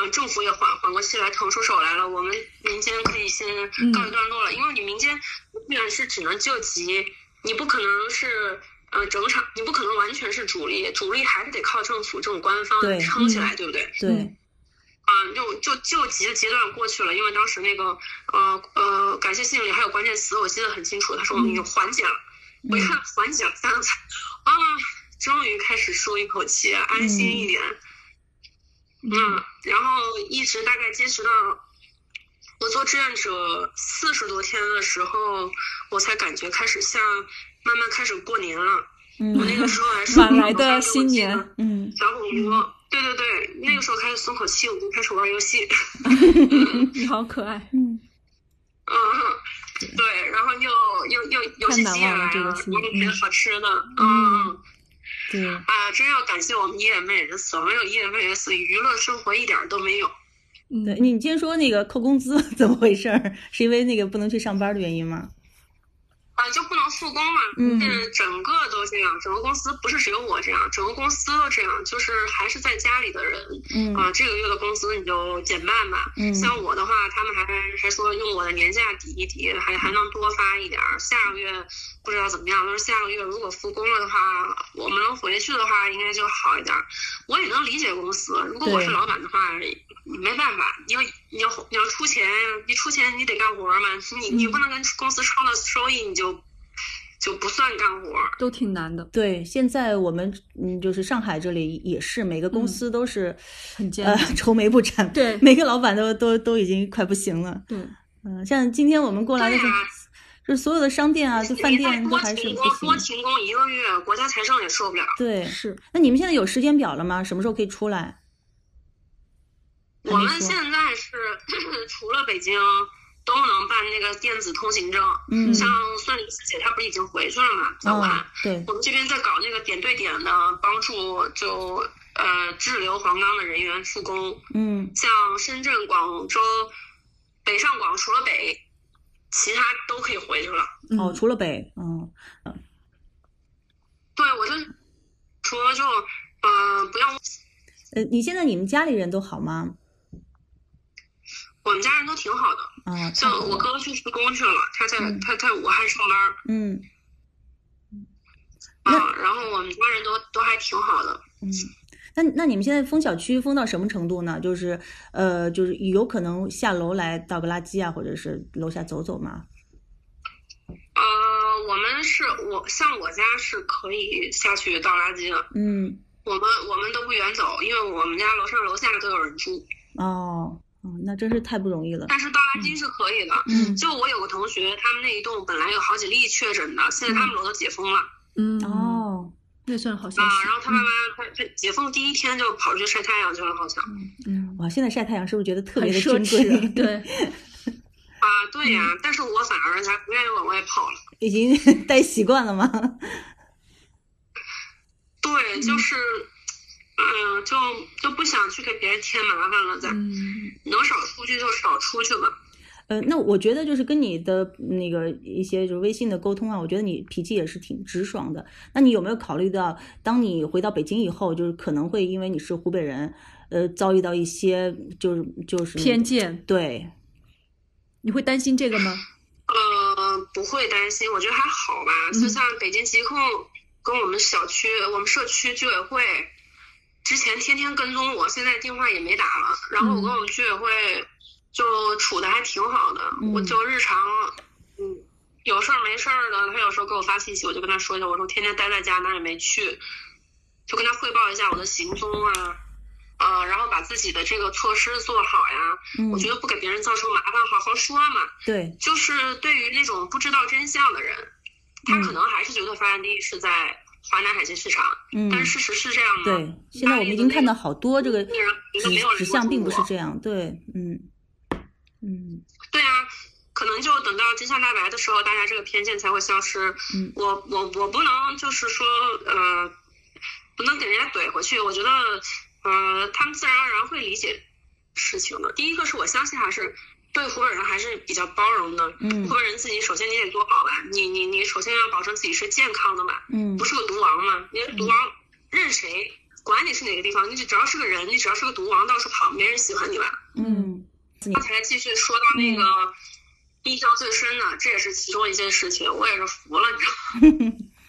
S4: 嗯、政府也缓缓过气来，腾出手来了，我们民间可以先
S2: 嗯
S4: 告一段落了，因为你民间永远是只能救急，你不可能是。呃，整场你不可能完全是主力，主力还是得靠政府这种官方
S3: 对
S4: 撑起来，对不对？
S3: 对，
S4: 嗯，就就就急的阶段过去了，因为当时那个呃呃感谢信里还有关键词，我记得很清楚，他说我
S2: 嗯
S4: 们已经缓解了。我一看缓解了三个字，啊，终于开始舒一口气，安心一点。嗯然后一直大概坚持到我做志愿者四十多天的时候，我才感觉开始像慢慢开始过年了。我那
S3: 嗯
S4: 个时候还是
S2: 晚来的新年
S3: 嗯，
S4: 小火锅，对对对，那个时候开始松口气，我就开始玩游戏。
S2: 你嗯好可 爱。
S4: 嗯，对，然后又又又游戏机也来
S2: 太难忘了这个
S4: 了
S2: 词，
S4: 又觉得好吃的，
S2: 嗯
S4: 嗯
S3: 对，
S4: 啊，真要感谢我们夜魅人所没有夜魅人所娱乐生活一点儿都没有。
S2: 嗯，
S3: 对，你今天说那个扣工资 怎么回事儿？是因为那个不能去上班的原因吗？
S4: 啊，就不能复工嘛？
S3: 嗯
S4: 是整个都这样，整个公司不是只有我这样，整个公司都这样，就是还是在家里的人，
S3: 嗯
S4: 啊，这个月的工资你就减半吧。
S3: 嗯
S4: 像我的话，他们还还说用我的年假抵一抵，还还能多发一点儿。下个月不知道怎么样，就是下个月如果复工了的话，我们能回去的话，应该就好一点儿。我也能理解公司，如果我是
S3: 对
S4: 老板的话，没办法，你要你要你要出钱，你出钱你得干活儿嘛，你
S3: 嗯
S4: 你不能跟公司超了收益，你就就不算干活儿。
S2: 都挺难的，
S3: 对，现在我们嗯，就是上海这里也是每个公司都是、
S2: 嗯很艰
S3: 呃
S2: 难。
S3: 愁眉不展，
S2: 对
S3: 每个老板都都都已经快不行了。
S2: 对，
S3: 嗯、像今天我们过来的
S4: 对
S3: 时候
S4: 啊，
S3: 就是所有的商店啊，就
S4: 你
S3: 饭
S4: 再
S3: 店都
S4: 多
S3: 还是
S4: 停
S3: 不
S4: 工，多
S3: 行。
S4: 停工一个月，国家财政也受不了。
S3: 对，
S2: 是，
S3: 那你们现在有时间表了吗？什么时候可以出来？还
S4: 我
S3: 没
S4: 们
S3: 说
S4: 现在是 除了北京都能办那个电子通行证，
S3: 嗯
S4: 像孙玲师姐她不是已经回去了嘛，在武汉。
S3: 啊，对，
S4: 我们这边在搞那个点对点的帮助就，呃滞留黄冈的人员复工，
S3: 嗯
S4: 像深圳、广州、北上广除了北，其他都可以回去了。
S3: 哦，
S2: 嗯
S3: 除了北，嗯
S4: 对我就说就嗯、呃不要
S3: 呃，你现在你们家里人都好吗？
S4: 我们家人都挺好的，
S3: 啊，太
S4: 像
S3: 好
S4: 我
S3: 了
S4: 哥去复工去了，他在、
S3: 嗯
S4: 他在武汉上班。
S3: 嗯那
S4: 啊，然后我们家人都都还挺好的。
S3: 嗯，那那你们现在封小区封到什么程度呢？就是呃，就是有可能下楼来倒个垃圾啊，或者是楼下走走嘛。
S4: 呃，我们是我像我家是可以下去倒垃圾的，
S3: 嗯，
S4: 我们我们都不远走，因为我们家楼上楼下都有人住。
S3: 哦，
S5: 嗯，那真是太不容易了。
S4: 但是倒拉金是可以的。
S5: 嗯，
S4: 就我有个同学，他们那一栋本来有好几例确诊的，现在他们楼都解封了、
S2: 嗯，
S5: 哦，
S2: 那算好消息。
S4: 啊。然后他妈妈，他他解封第一天就跑出去晒太阳去了，好像
S2: 嗯，
S5: 哇，现在晒太阳是不是觉得特
S2: 很
S5: 别的
S2: 奢
S5: 珍贵？
S2: 侈，，对，
S4: 啊，对呀、但是我反而才不愿意往外跑了。
S5: 已经待习惯了吗？
S4: 对，就是，嗯、就就不想去给别人添麻烦了，咱、
S2: 嗯
S4: 能少出去就少出去吧。
S5: 呃，那我觉得就是跟你的那个一些就是微信的沟通啊，我觉得你脾气也是挺直爽的。那你有没有考虑到，当你回到北京以后，就是可能会因为你是湖北人，呃，遭遇到一些就是就是
S2: 偏见，
S5: 对，
S2: 你会担心这个吗？
S4: 呃，不会担心，我觉得还好吧。就像北京疾控跟我们小区、我们社区居委会之前天天跟踪我，现在电话也没打了。然后我跟我们居委会就处的还挺好的，
S5: 嗯
S4: 我就日常嗯有事儿没事儿的，他有时候给我发信息，我就跟他说一下，我说天天待在家哪儿也没去，就跟他汇报一下我的行踪啊。呃，然后把自己的这个措施做好呀，
S5: 嗯
S4: 我，觉得不给别人造成麻烦，好好说嘛。
S5: 对，
S4: 就是对于那种不知道真相的人，他可能还是觉得发源地是在华南海鲜市场，
S5: 嗯，
S4: 但是事实是这样吗？
S5: 对，现在我们已经看到好多这个
S4: 那人觉得没
S5: 指
S4: 有人
S5: 指向并不
S4: 关
S5: 是
S4: 注我
S5: 这样，对，嗯嗯
S4: 对啊，可能就等到真相大白的时候，大家这个偏见才会消失。
S5: 嗯
S4: 我我我不能就是说呃，不能给人家怼回去。我觉得呃，他们自然而然会理解事情的。第一个是我相信还是对湖北人还是比较包容的。
S5: 嗯
S4: 湖北人自己首先你得做好吧，你你你首先要保证自己是健康的嘛。
S5: 嗯
S4: 不是个毒王吗？你是毒王，任谁管你是哪个地方，你只要是个人，你只要是个毒王，到处跑，没人喜欢你吧？
S5: 嗯
S4: 刚才继续说到那个印象最深的，这也是其中一件事情，我也是服了，你知道吗？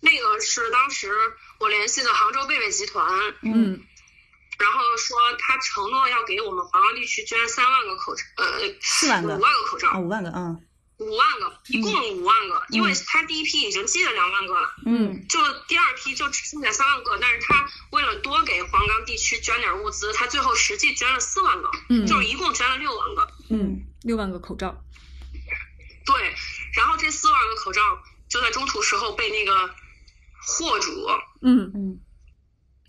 S4: 那个是当时我联系的杭州贝贝集团，
S5: 嗯
S2: 嗯
S4: 然后说他承诺要给我们黄冈地区捐三万个口罩，呃，
S5: 四万
S4: 五
S5: 个
S4: 万个口
S5: 啊
S4: 罩，
S5: 五万个啊
S4: 五万个，一共五万个，因为他第一批已经寄了两万个了。
S5: 嗯
S4: 就第二批就只剩下三万个，但是他为了多给黄冈地区捐点物资，他最后实际捐了四万个，
S2: 嗯
S4: 就是一共捐了六万个。
S2: 嗯，六万个口罩，
S4: 对，然后这四万个口罩就在中途时候被那个货主，
S2: 嗯
S5: 嗯。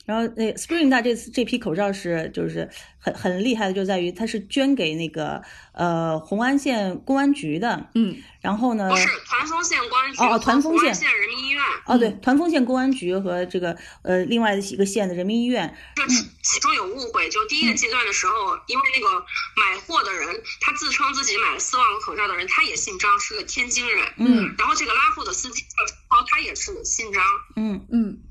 S5: 然后那 Spring 大这次这批口罩是就是很很厉害的，就在于它是捐给那个呃红安县公安局的，
S2: 嗯
S5: 然后呢
S4: 不是团风县公安局
S5: 哦哦
S4: 和
S5: 团风县
S4: 公安县人民医院，
S5: 哦对
S2: 嗯
S5: 团风县公安局和这个呃另外的一个县的人民医院，
S4: 这其中有误会。就第一个阶段的时候，因为那个买货的人，他自称自己买了四万个口罩的人，他也姓张，是个天津人。
S5: 嗯
S4: 然后这个拉货的司机叫超，他也是姓张，
S5: 嗯
S2: 嗯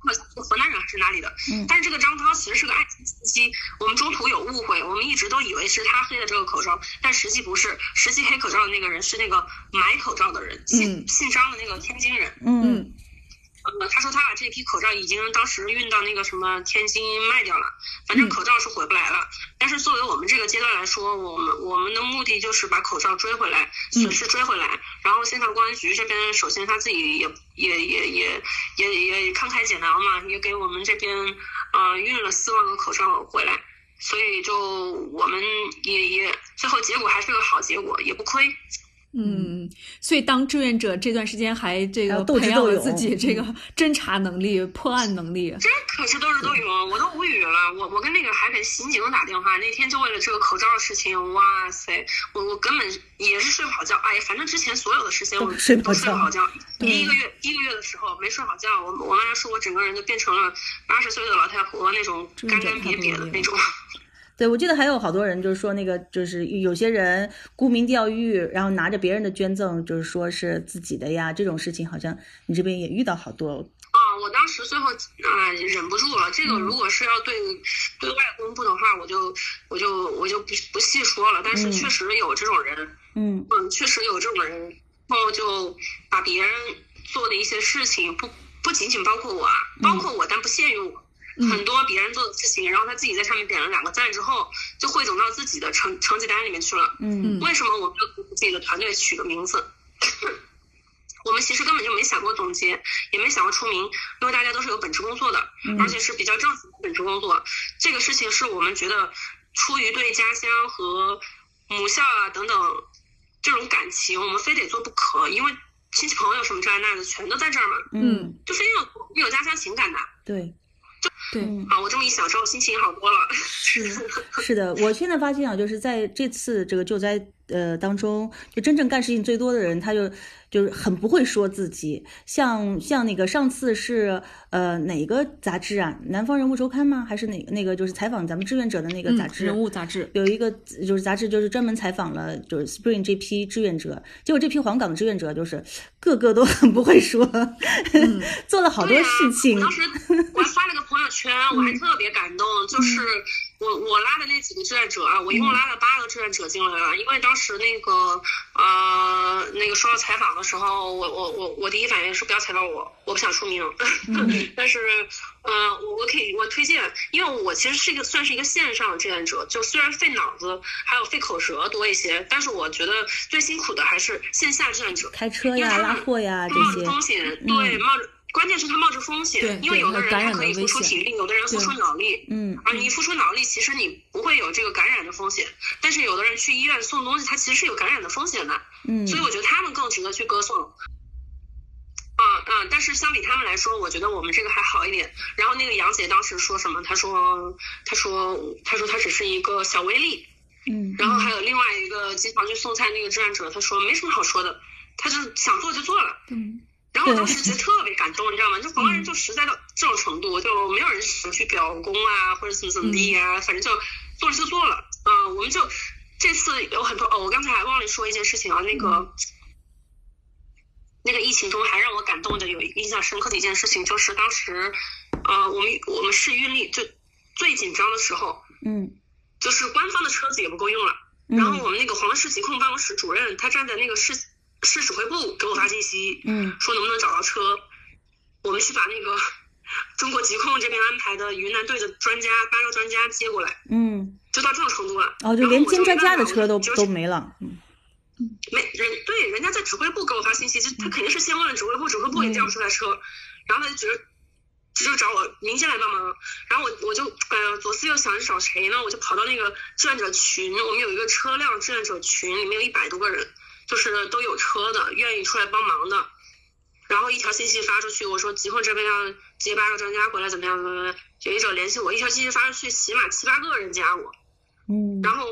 S4: 好像是河南人还是哪里的，
S5: 嗯
S4: 但是这个张涛其实是个爱情信息，我们中途有误会，我们一直都以为是他黑的这个口罩，但实际不是，实际黑口罩的那个人是那个买口罩的人，姓、
S2: 嗯
S4: 姓张的那个天津人，
S5: 嗯
S2: 嗯
S4: 呃，他说他把这批口罩已经当时运到那个什么天津卖掉了，反
S5: 嗯
S4: 正口罩是回不来了。但是作为我们这个阶段来说，我们我们的目的就是把口罩追回来，
S5: 嗯
S4: 损失追回来。然后县城公安局这边，首先他自己也也也也也也慷慨解囊嘛，也给我们这边呃运了四万个口罩回来。所以就我们也也最后结果还是个好结果，也不亏。
S2: 嗯，所以当志愿者这段时间还这
S5: 还
S2: 个
S5: 要斗智
S2: 培养
S5: 斗
S2: 了
S5: 勇
S2: 自己这个侦查能力、破案能力，
S4: 这可是斗智斗勇，我都无语了。我我跟那个还给刑警打电话，那天就为了这个口罩的事情，哇塞，我我根本也是睡不好觉。哎呀，反正之前所有的事情
S5: 都
S4: 我
S5: 睡不
S4: 都
S5: 好
S4: 睡不好觉。
S5: 对
S4: 第一个月第一个月的时候没睡好觉，我我妈说我整个人就变成了八十岁的老太婆那种
S5: 这
S4: 干
S5: 种
S4: 干
S5: 太
S4: 瘪
S5: 不
S4: 瘪
S5: 容
S4: 的
S5: 易
S4: 那种。
S5: 对，我记得还有好多人就是说那个，就是有些人沽名钓誉，然后拿着别人的捐赠，就是说是自己的呀，这种事情好像你这边也遇到好多。
S4: 啊，我当时最后啊、忍不住了。这个如果是要对、对外公布的话，我就我就我就不不细说了。但是
S5: 嗯
S4: 确实有这种人。
S5: 嗯
S4: 嗯，确实有这种人，然后就把别人做的一些事情，不不仅仅包括我，啊，包括我，但不限于我。
S2: 嗯
S4: 很多别人做的事情，然后他自己在上面点了两个赞之后，就汇总到自己的成成绩单里面去了。
S2: 嗯
S5: 嗯
S4: 为什么我没有给自己的团队取个名字？ 我们其实根本就没想过总结，也没想过出名，因为大家都是有本职工作的，而且是比较正经的本职工作。这个事情是我们觉得出于对家乡和母校啊等等这种感情，我们非得做不可，因为亲戚朋友什么这那的全都在这儿嘛，
S2: 嗯，
S4: 就非要做有家乡情感的
S5: 对，
S2: 对
S5: 嗯
S4: 啊！我这么一想之后，心情好多了。
S2: 是，
S5: 是的，我现在发现啊，就是在这次这个救灾呃当中，就真正干事情最多的人，他就就是很不会说自己。像像那个上次是呃哪个杂志啊，《南方人物周刊》吗？还是哪那个就是采访咱们志愿者的那个
S2: 嗯
S5: 杂志？
S2: 人物杂志，
S5: 有一个就是杂志，就是专门采访了就是 Spring 这批志愿者，结果这批黄冈志愿者就是个个都很不会说， 做了好多
S4: 对
S5: 事情嗯
S4: 啊。我。当时 我还发了个朋友圈，我还特别感动，就是我我拉的那几个志愿者啊，我一
S5: 嗯
S4: 共拉了八个志愿者进来了，因为当时那个呃那个说要采访的时候，我我我我第一反应是不要采访我，我不想出名，
S5: 嗯
S4: 但是呃我我可以我推荐，因为我其实是一个算是一个线上的志愿者，就虽然费脑子还有费口舌多一些，但是我觉得最辛苦的还是线下志愿者，
S5: 开车
S4: 因为
S5: 呀、
S4: 他
S5: 拉
S4: 们
S5: 货
S2: 啊
S5: 呀这
S4: 冒着
S5: 些，
S4: 风险，对，冒着，关键是他冒着风
S2: 嗯对
S4: 险，因为
S2: 对
S4: 有
S2: 还
S4: 的
S2: 有
S4: 人
S2: 感
S4: 他
S2: 染
S4: 可
S2: 的
S4: 以
S2: 危
S4: 付出
S2: 险
S4: 体力，有的人付
S2: 对
S4: 出脑力。
S5: 嗯，
S4: 啊，你付出脑力，其实你不会有这个感染的风险，但是有的人去医院送东西，他其实是有感染的风险的，
S5: 嗯
S4: 所以我觉得他们更值得去歌颂。啊啊！但是相比他们来说，我觉得我们这个还好一点。然后那个杨姐当时说什么？她说，她说，她说她只是一个小微粒，
S5: 嗯
S4: 然后还有另外一个经常去送菜那个志愿者，他说没什么好说的，他就是想做就做了。
S2: 嗯，
S4: 然后我当时觉得特别感动，你知道吗？就广东人就实在到这种程度，就没有人想去表功啊，或者怎么怎么地呀、反正就做了就做了。嗯、我们就这次有很多哦，我刚才还忘了说一件事情啊，那个。那个疫情中还让我感动的有一个印象深刻的一件事情，就是当时，呃，我们我们市运力就最紧张的时候，
S5: 嗯
S4: 就是官方的车子也不够用了，然后我们那个黄市疾控办公室主任，他站在那个市市指挥部给我发信息，
S5: 嗯
S4: 说能不能找到车，我们去把那个 中国疾控这边安排的云南队的专家八个专家接过来，
S5: 嗯，
S4: 就到这种程度了。
S5: 哦，就
S4: 然后
S5: 连
S4: 我
S5: 金专
S4: 没
S5: 家
S4: 办
S5: 的
S4: 法
S5: 车都
S4: 我就
S5: 都没了，嗯
S4: 没人对人家在指挥部给我发信息，就他肯定是先问了指挥部，指挥部也调不出来车，然后他就觉得。就找我民间来帮忙，然后我我就呃左思右想是找谁呢？我就跑到那个志愿者群，我们有一个车辆志愿者群，里面有一百多个人，就是都有车的，愿意出来帮忙的。然后一条信息发出去，我说疾控这边要接八个专家回来，怎么样？怎么怎么样？有一者联系我，一条信息发出去，起码七八个人加我，
S5: 嗯
S4: 然后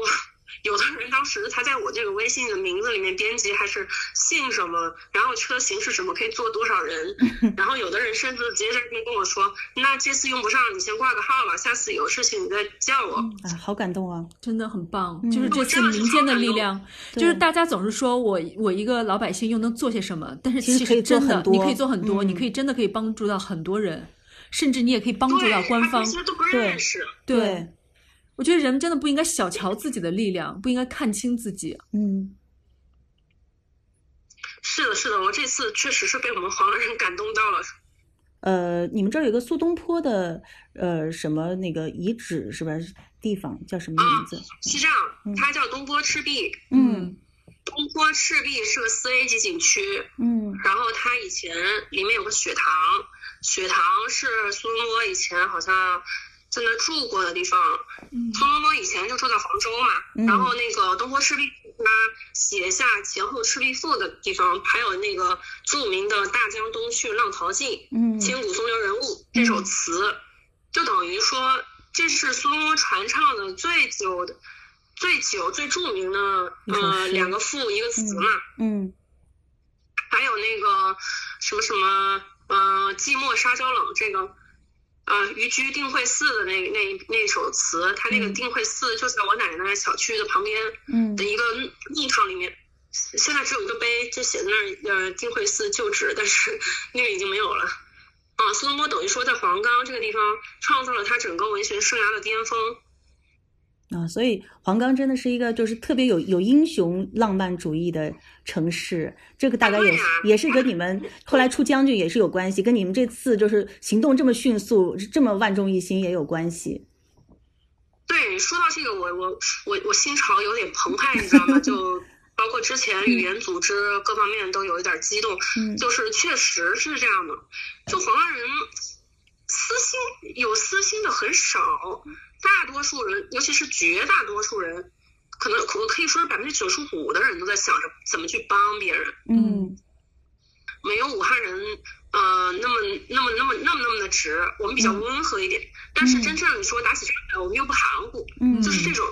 S4: 有的人当时他在我这个微信的名字里面编辑还是姓什么，然后车型是什么，可以坐多少人， 然后有的人甚至直接在这边跟我说，那这次用不上，你先挂个号吧，下次有事情你再叫我。
S2: 嗯
S5: 啊，好感动啊，
S2: 真的很棒，
S5: 嗯
S2: 就是这次民间的力量，
S5: 对
S2: 就是大家总是说我我一个老百姓又能做些什么，但是
S5: 其实可以做
S2: 真的
S5: 很多
S2: 你可以做很多，
S5: 嗯
S2: 你可以真的可以帮助到很多人，甚至你也可以帮助
S4: 对，
S2: 到官
S4: 他
S2: 方
S4: 们其。实都不认识。
S2: 对，我觉得人真的不应该小瞧自己的力量，不应该看清自己。
S5: 嗯
S4: 是的，是的，我这次确实是被我们黄人感动到了。
S5: 呃，你们这儿有个苏东坡的呃什么那个遗址是吧？地方叫什么名字？
S4: 西藏，
S2: 嗯
S4: 它叫东坡赤壁，
S5: 嗯
S4: 东坡赤壁是个四 A 级景区，
S5: 嗯
S4: 然后它以前里面有个雪堂，雪堂是苏东坡以前好像在那住过的地方。
S2: 嗯
S4: 苏东坡以前就住在黄州嘛，
S5: 嗯
S4: 然后那个东坡赤壁是他写下《前后赤壁赋》的地方，还有那个著名的“大江东去浪淘尽，
S5: 嗯
S4: 千古风流人物”这首词，就等于说这是苏东坡传唱的最久的、最久、最著名的
S5: 一首
S4: 呃
S5: 诗
S4: 两个赋一个词嘛。
S5: 嗯
S4: 还有那个什么什么，呃，寂寞沙洲冷这个，呃，移居定慧寺的那那那首词，它那个
S5: 嗯
S4: 定慧寺就在我奶奶小区的旁边
S5: 嗯
S4: 的一个弄堂里面。现在只有一个碑，就写在那儿，呃，定慧寺旧址，但是 那个已经没有了。啊，苏东坡等于说在黄冈这个地方创造了他整个文学生涯的巅峰。
S5: 啊，所以黄冈真的是一个就是特别有有英雄浪漫主义的城市，这个大概也
S4: 哎对
S5: 是
S4: 呀
S5: 也是跟你 们后来出将军也是有关系，跟你们这次就是行动这么迅速，这么万众一心也有关系。
S4: 对，说到这个，我我我我心潮有点澎湃，你知道吗？就包括之前语言组织各方面都有一点激动，
S5: 嗯
S4: 就是确实是这样的。就黄冈人私心有私心的很少，大多数人，尤其是绝大多数人，可能我可以说是百分之九十五的人都在想着怎么去帮别人，
S5: 嗯
S4: 没有武汉人呃那么那么那么那么那么的直，我们比较
S5: 嗯
S4: 温和一点。但是真正你说打起仗来，我们又不含糊，
S5: 嗯
S4: 就是这种。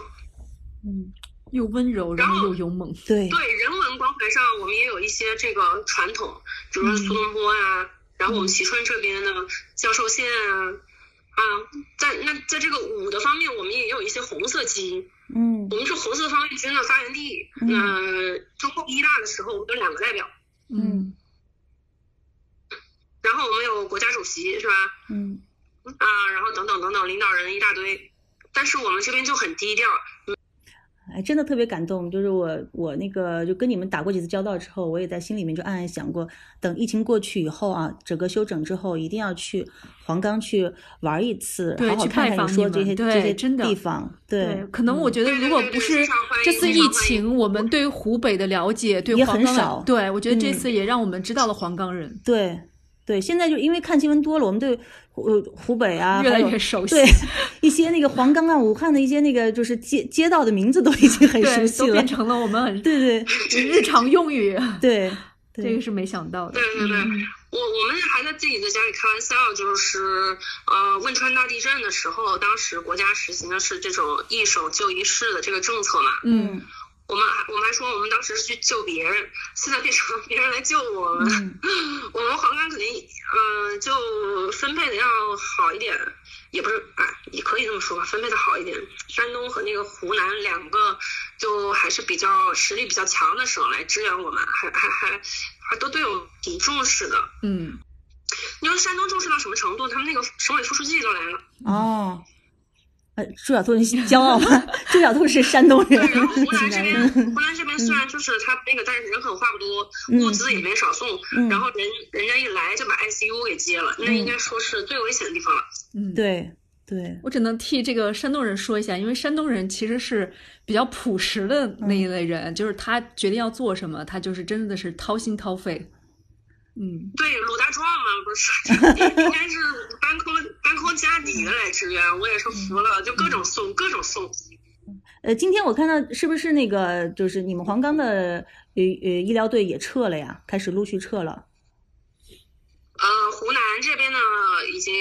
S5: 嗯
S2: 又温柔，然
S4: 然后
S2: 后又勇猛。
S5: 对
S4: 对人文光环上，我们也有一些这个传统，比如说苏东坡呀、
S5: 嗯
S4: 然后我们蕲春这边的教授县啊，啊，在那在这个武的方面，我们也有一些红色基因。
S5: 嗯
S4: 我们是红色方面军的发源地。
S5: 嗯
S4: 呃，中共一大的时候，我们有两个代表，
S5: 嗯
S4: 然后我们有国家主席，是吧？
S5: 嗯
S4: 啊，然后等等等等，领导人一大堆。但是我们这边就很低调，
S5: 哎，真的特别感动。就是我，我那个就跟你们打过几次交道之后，我也在心里面就暗暗想过，等疫情过去以后啊，整个休整之后，一定要去黄冈去玩一次，
S2: 对
S5: 好好
S2: 去
S5: 看
S2: 拜
S5: 看
S2: 访
S5: 你
S2: 你
S5: 说这
S2: 们
S5: 些这
S2: 对
S5: 些
S2: 真的
S5: 地方。对，嗯
S2: 可能我觉得
S4: 对
S2: 如
S4: 对
S2: 果
S4: 对
S2: 不
S4: 对
S2: 是
S4: 非常欢迎
S2: 这次
S4: 非
S2: 疫
S4: 常欢
S2: 情，
S4: 迎
S2: 我们对湖北的了解，对
S5: 也
S2: 黄
S5: 很
S2: 冈的
S5: 少，
S2: 对我觉得这次
S5: 嗯
S2: 也让我们知道了黄冈人，
S5: 对，对。现在就因为看新闻多了，我们对呃湖北啊，
S2: 越来
S5: 还有
S2: 越熟悉，
S5: 对一些那个黄冈啊、武汉的一些那个就是街街道的名字都已经很熟
S2: 对，
S5: 悉
S2: 都
S5: 了
S2: 变。成了我们很
S5: 对 对
S2: 日常用语，
S5: 对对，
S2: 这个是没想到的
S4: 对。对对，我我们还在自己在家里开玩笑，就是呃汶川大地震的时候，当时国家实行的是这种一手救一市的这个政策嘛。
S2: 嗯，
S4: 我们还我们还说我们当时是去救别人，现在变成别人来救我们。
S5: 嗯
S4: 我们黄冈肯定嗯、呃就分配的要好一点，也不是哎也可以这么说吧，分配的好一点。山东和那个湖南两个就还是比较实力比较强的省来支援我们，还还还还都对我们挺重视的。
S2: 嗯，
S4: 你说山东重视到什么程度？他们那个省委副书记都来了，
S5: 哦，呃，朱晓东骄傲吗？朱晓东是山东
S4: 对，啊
S5: 人，
S4: 然后湖南这边，
S5: 嗯
S4: 湖南这边虽然就是他那个，但是人口话不多，
S5: 嗯
S4: 物资也没少送，
S5: 嗯
S4: 然后人人家一来就把 ICU 给接了，那应该说是最危险的地方了。
S2: 嗯，
S5: 对对，
S2: 我只能替这个山东人说一下，因为山东人其实是比较朴实的
S5: 嗯
S2: 那一类人，就是他决定要做什么，他就是真的是掏心掏肺。嗯，
S4: 对，鲁大壮嘛，不 是，应该是搬空搬空家底的来支援，我也是服了，就各种送，各种送。
S5: 呃，今天我看到是不是那个就是你们黄冈的呃呃医疗队也撤了呀？开始陆续撤了。
S4: 呃，湖南这边呢已经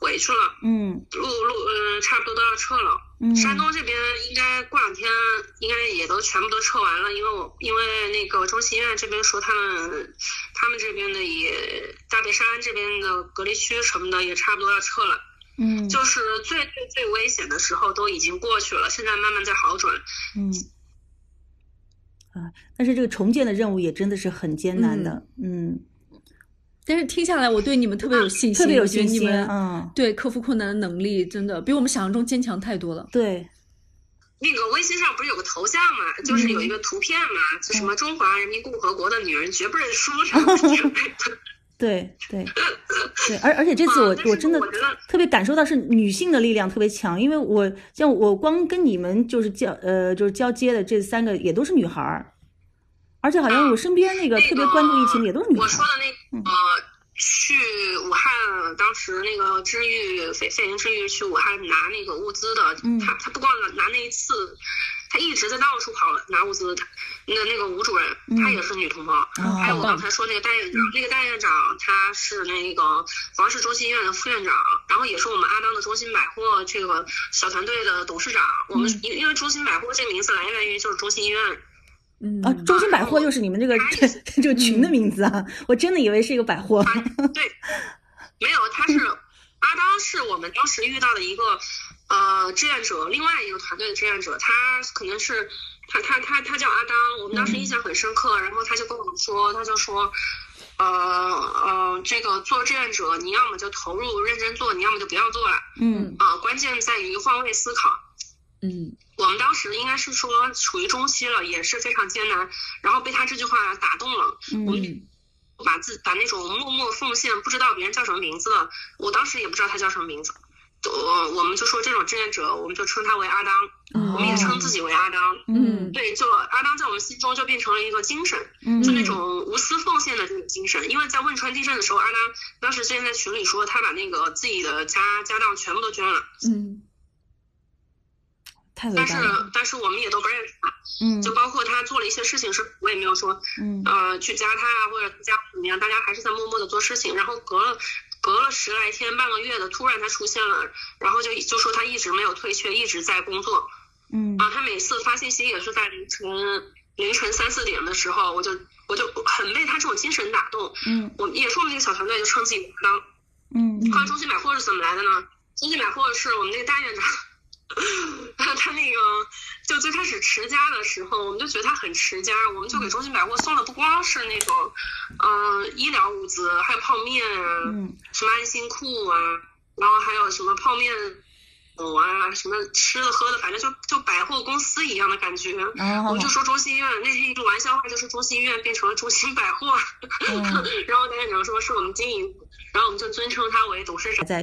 S4: 回去了，
S5: 嗯
S4: 陆陆嗯，差不多都要撤了。
S5: 嗯，
S4: 山东这边应该过两天应该也都全部都撤完了，因为我因为那个中心医院这边说他们他们这边的也大别山这边的隔离区什么的也差不多要撤了，
S5: 嗯
S4: 就是最最最危险的时候都已经过去了，现在慢慢在好转。
S5: 嗯啊，但是这个重建的任务也真的是很艰难的，嗯，
S2: 但是听下来，我对你们特别有信心，
S5: 特别有
S2: 我觉
S5: 信
S2: 得你
S5: 心，
S2: 们
S5: 嗯，
S2: 对克服困难的能力真的比我们想象中坚强太多了。
S5: 对，
S4: 那个微信上不是有个头像嘛，就是有一个图片嘛，就什么中华人民共和国的女人绝不认输什么的。
S5: 对对对，而而且这次
S4: 啊
S5: 我
S4: 但
S5: 我
S4: 是
S5: 真的
S4: 我觉得
S5: 特别感受到是女性的力量特别强，因为我像我光跟你们就是交呃就是交接的这三个也都是女孩儿，而且好像我身边那个
S4: 那
S5: 特别关注疫情的也都是女
S4: 我
S5: 孩
S4: 说
S5: 儿，
S4: 的那
S5: 嗯
S4: 个、去武汉，当时那个治愈肺肺炎治愈去武汉拿那个物资的，
S5: 嗯
S4: 他他不光拿拿那一次，他一直在到处跑拿物资。他那那个吴主任，
S5: 嗯
S4: 她也是女同胞。
S5: 哦
S4: 还有
S2: 好棒
S4: 我刚才说那个戴院长，那个戴院长他是那个黄石中心医院的副院长，然后也是我们阿当的中心百货这个小团队的董事长。我们
S5: 嗯
S4: 因因为中心百货这个名字来源于就是中心医院
S2: 嗯，
S5: 啊，中心百货又是你们这个 这个群的名字啊，我真的以为是一个百货，
S4: 他对，没有，他是阿当是我们当时遇到的一个呃志愿者，另外一个团队的志愿者，他可能是他他他他叫阿当，我们当时印象很深刻，然后他就跟我们说，他就说。呃呃，这个做志愿者，你要么就投入认真做，你要么就不要做了
S5: 嗯
S4: 啊、关键在于换位思考。
S2: 嗯
S4: 我们当时应该是说处于中期了，也是非常艰难，然后被他这句话打动了，
S5: 嗯
S2: 嗯
S4: 把自把那种默默奉献，不知道别人叫什么名字的，我当时也不知道他叫什么名字，我我们就说这种志愿者，我们就称他为阿当，我们也称自己为阿当。
S3: 嗯
S4: 对，就阿当在我们心中就变成了一个精神，
S3: 嗯
S4: 就那种无私奉献的这种精神。因为在汶川地震的时候，阿当当时之前在群里说，他把那个自己的家家当全部都捐了，
S2: 嗯
S3: 太伟
S4: 但是
S3: 大了，
S4: 但是我们也都不认识他，
S3: 嗯
S4: 就包括他做了一些事情，是我也没有说
S3: 嗯
S4: 呃去加他啊，或者加我怎么样，大家还是在默默的做事情。然后隔了隔了十来天、半个月的，突然他出现了，然后就就说他一直没有退却，一直在工作
S3: 嗯
S4: 啊。他每次发信息也是在凌晨凌晨三四点的时候，我就我就很被他这种精神打动。
S3: 嗯
S4: 我们也是我们那个小团队就称自己当
S3: 嗯
S4: 后来中心百货是怎么来的呢？中心百货是我们那个大院长，他他那个就最开始持家的时候，我们就觉得他很持家，我们就
S3: 嗯
S4: 给中心百货送的不光是那种，嗯、医疗物资，还有泡面啊，
S3: 嗯
S4: 什么安心裤啊，然后还有什么泡面。藕啊，什么吃的喝的，反正就就百货公司一样的感觉。
S3: 然
S4: 我
S3: 后
S4: 们就说中心医院，那天一句玩笑话就是中心医院变成了中心百货。 然后董事长说是我们经营，然后我们就尊称他为董事长。
S3: 在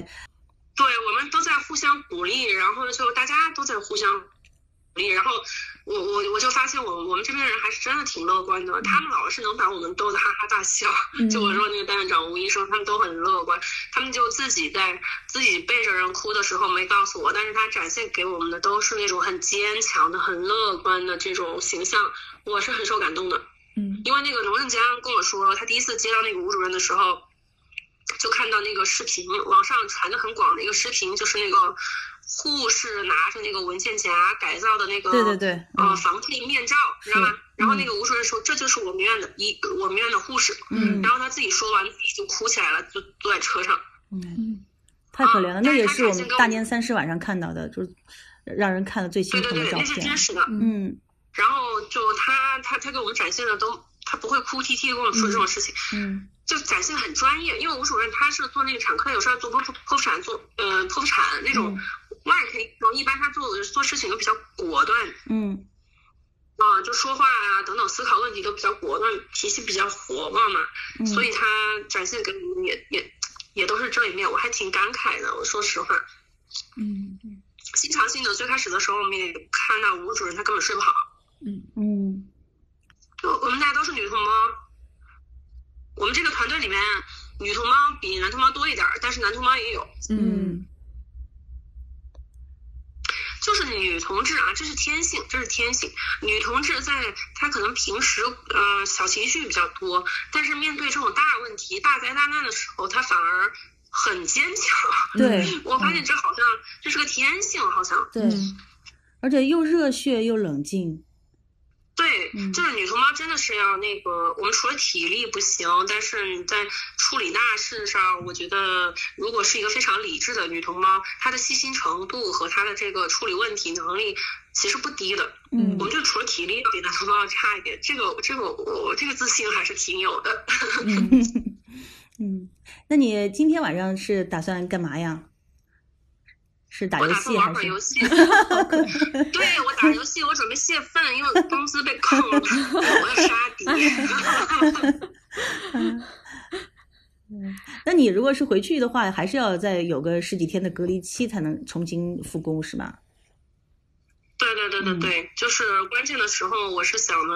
S4: 对，我们都在互相鼓励，然后就大家都在互相鼓励，然后我我我就发现我我们这边的人还是真的挺乐观的，他们老是能把我们逗得哈哈大笑。就我说那个担任长吴医生，他们都很乐观，他们就自己在自己背着人哭的时候没告诉我，但是他展现给我们的都是那种很坚强的、很乐观的这种形象，我是很受感动的。
S2: 嗯
S4: 因为那个龙正佳跟我说，他第一次接到那个吴主任的时候，就看到那个视频，网上传的很广的一个视频，就是那个护士拿着那个文件夹改造的那个
S3: 对对嗯对，
S4: 呃防退面罩，你知道吧？然后那个吴主任说，这就是我们院的一我们院的护士。
S3: 嗯
S4: 然后他自己说完，自己就哭起来了，就坐在车上。
S3: 嗯，
S2: 嗯
S3: 太可怜了，那也是我们大年三十晚上看到的，就是让人看了最心
S4: 对
S3: 疼
S4: 对
S3: 的
S4: 对，
S3: 照
S4: 那是
S3: 片
S4: 真。实的。
S3: 嗯
S4: 然后就他他他给我们展现的都，他不会哭啼啼地跟我说这种事情。
S3: 嗯
S4: 就展现很专业，因为吴主任他是做那个产科，有时候做剖腹剖腹产做呃剖腹产那种外科医生，一般他做做事情都比较果断
S3: 嗯
S4: 啊、就说话啊等等思考问题都比较果断，脾气比较火爆嘛，
S3: 嗯，
S4: 所以他展现给我们也也也都是这一面，我还挺感慨的。我说实话，
S2: 嗯
S4: 经常性的最开始的时候，我们也看到吴主任他根本睡不好，
S3: 嗯
S4: 就我们大家都是女同胞，我们这个团队里面女同胞比男同胞多一点儿，但是男同胞也有。
S2: 嗯
S4: 就是女同志啊，这是天性，这是天性。女同志在她可能平时呃小情绪比较多，但是面对这种大问题、大灾大难的时候，她反而很坚强。
S3: 对
S4: 我发现这好像这是个天性，好像
S3: 对，而且又热血又冷静。
S4: 对
S3: 嗯，
S4: 就是女同胞真的是要那个，我们除了体力不行，但是你在处理大事上，我觉得如果是一个非常理智的女同胞，她的细心程度和她的这个处理问题能力其实不低的。
S3: 嗯
S4: 我们就除了体力要比男同胞要差一点，这个这个我我这个自信还是挺有的。
S2: 嗯
S3: 嗯，那你今天晚上是打算干嘛呀？是打
S4: 我
S3: 游
S4: 打算
S3: 戏
S4: 玩
S3: 还
S4: 会儿
S3: 是
S4: 游？戏，对我打游戏，我准备泄愤，因为工资被扣了，我要杀敌。
S3: 那你如果是回去的话，还是要再有个十几天的隔离期才能重新复工，是吧？
S4: 对对对对
S3: 嗯
S4: 对，就是关键的时候，我是想呢，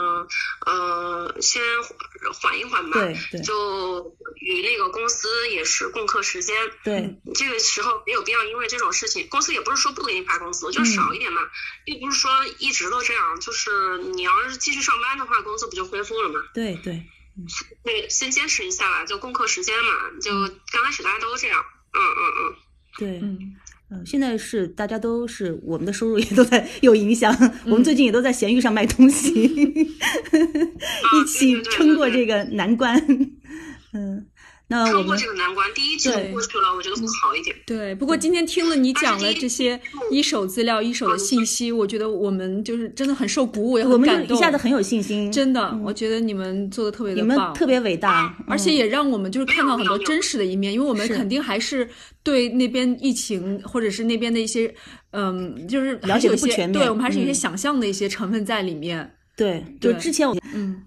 S4: 呃，先缓一缓吧。
S3: 对对
S4: 就与那个公司也是共克时间，
S3: 对，
S4: 这个时候没有必要因为这种事情，公司也不是说不给你发工
S3: 嗯
S4: 资，就是少一点嘛，又不是说一直都这样。就是你要是继续上班的话，工资不就恢复了嘛？
S3: 对对，
S4: 那个先坚持一下吧，就共克时间嘛。就
S3: 嗯
S4: 刚开始大家都这样，嗯嗯嗯，
S3: 对，
S2: 嗯
S3: 嗯，现在是大家都是我们的收入也都在有影响，我们最近也都在闲鱼上卖东西，
S4: 嗯 啊
S3: 一起
S4: 对对对
S3: 撑过
S4: 对
S3: 这个难关。嗯，那我
S4: 撑过
S3: 们嗯
S4: 这个难关，第一季
S2: 对
S4: 度过去了，我觉得会好一点。
S2: 对，不过今天听了你讲了这些一手资料、一手的信息，我觉得我们就是真的很受鼓舞，也
S3: 我
S2: 很感
S3: 们就
S2: 动。
S3: 一下子很有信心，
S2: 真的，我觉得你们做的特别
S3: 你
S2: 的
S3: 们
S2: 棒，
S3: 特别伟大，
S2: 而且也让我们就是看到很多真实的一面，因为我们
S3: 是
S2: 肯定还是对那边疫情或者是那边的一些，嗯，就是
S3: 了
S2: 还
S3: 解得
S2: 是有一
S3: 不
S2: 些，
S3: 全面
S2: 对我们还是有一些
S3: 嗯
S2: 想象的一些成分在里面。
S3: 对，就
S2: 对
S3: 之前我
S2: 嗯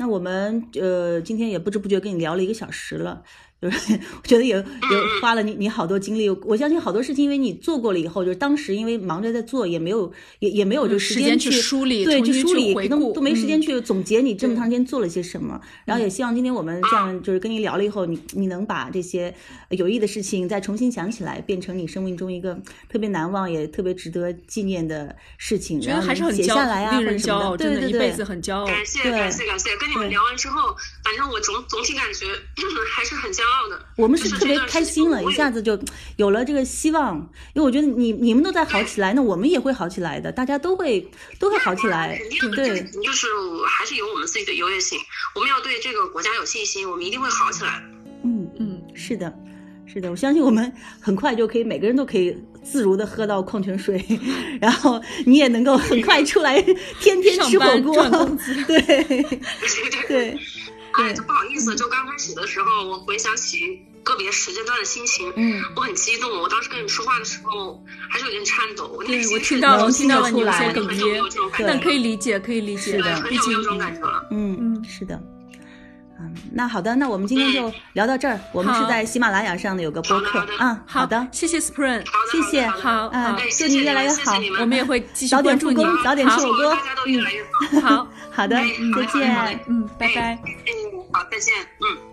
S3: 那我们呃今天也不知不觉跟你聊了一个小时了，
S5: 就是我觉得
S2: 嗯
S5: 也也花了你你好多精力。我相信好多事情，因为你做过了以后，就是当时因为忙着在做，也没有也也没有就
S2: 嗯时间
S5: 间
S2: 去梳理
S5: 对，
S2: 重
S5: 去
S2: 新
S5: 梳
S2: 去
S5: 理，
S2: 回
S5: 可能
S2: 顾
S5: 都没时间
S2: 嗯
S5: 去总结你这么长时间做了些什么。然后也希望今天我们这样就是跟你聊了以后，你你能把这些有益的事情再重新想起来，变成你生命中一个特别难忘也特别值得纪念的事情，
S2: 觉
S5: 然
S2: 得
S5: 后
S2: 还是
S5: 能
S2: 很
S5: 写
S2: 骄
S5: 下来啊，
S2: 傲，令人骄傲，
S5: 或者什
S2: 真
S5: 么的，
S2: 的，
S5: 对
S2: 一
S5: 对
S2: 辈
S5: 对
S2: 子。很骄傲。
S4: 感谢
S5: 对
S4: 感谢感谢，跟你们
S5: 对
S4: 聊完之后，反正我总总体感觉 还是很骄傲的。
S5: 我们
S4: 就是是
S5: 特
S4: 这
S5: 别
S4: 段
S5: 开
S4: 时间
S5: 心了，
S4: 我
S5: 一
S4: 也
S5: 下子就有了这个希望，因为我觉得你你们都在好起来，那我们也会好起来的，大家都会都会好起
S2: 哎
S5: 来
S4: 肯定，的，这
S5: 对
S4: 个就是我还是有我们自己的优越性，我们要对这个国家有信心，我们一定会好起来。
S5: 嗯，
S2: 嗯，
S5: 是的，是的，我相信我们很快就可以，每个人都可以自如的喝到矿泉水，然后你也能够很快出来，天天吃
S2: 上
S5: 火
S2: 班
S5: 锅
S2: 赚 工，
S5: 对
S4: 对对
S5: 对，
S4: 哎，就不好
S2: 嗯
S4: 意思，就刚开始的时候，我回想起个别时间段的心情，
S5: 嗯。
S4: 我很激动。我当时跟你说话的时候，还是有点颤抖。我内
S2: 对
S4: 心
S2: 我
S4: 是
S2: 听到了，
S5: 能
S2: 我听到了
S5: 听
S2: 你
S5: 得
S2: 有些
S5: 出
S2: 哽
S5: 来
S4: 很久没有
S2: 咽
S4: 这，种感觉
S2: 但
S4: 了，
S2: 可以理解，可以理解
S5: 是
S4: 对，
S5: 的
S2: 毕
S4: 很久没有这
S2: 竟
S4: 种感觉了。
S5: 嗯，
S2: 嗯
S5: 是的。嗯，那好的，那我们今天就聊到这儿。我们是
S2: 好
S5: 在喜马拉雅上的有个播客
S4: 好的好的
S5: 啊，好的，
S2: 谢谢 Spring，
S4: 好的，
S5: 谢
S4: 好
S5: 谢
S4: 的好的
S2: 好
S5: 啊
S2: 好，
S4: 哎，
S5: 祝
S4: 谢
S5: 你
S4: 谢
S5: 越来越
S4: 们谢
S5: 好
S4: 谢你
S2: 我
S4: 们，
S2: 们也会继续
S5: 早点
S2: 关注
S5: 复
S2: 你。
S4: 嗯
S5: 工，早点吃
S2: 好
S5: 火
S4: 祝
S5: 锅
S4: 大。家都越来越好。
S2: 好，
S5: 好的，
S4: 嗯
S5: 再
S4: 好的好
S5: 见
S4: 的。
S2: 嗯嗯，拜
S4: 哎
S2: 拜。
S4: 嗯，好，再见，嗯。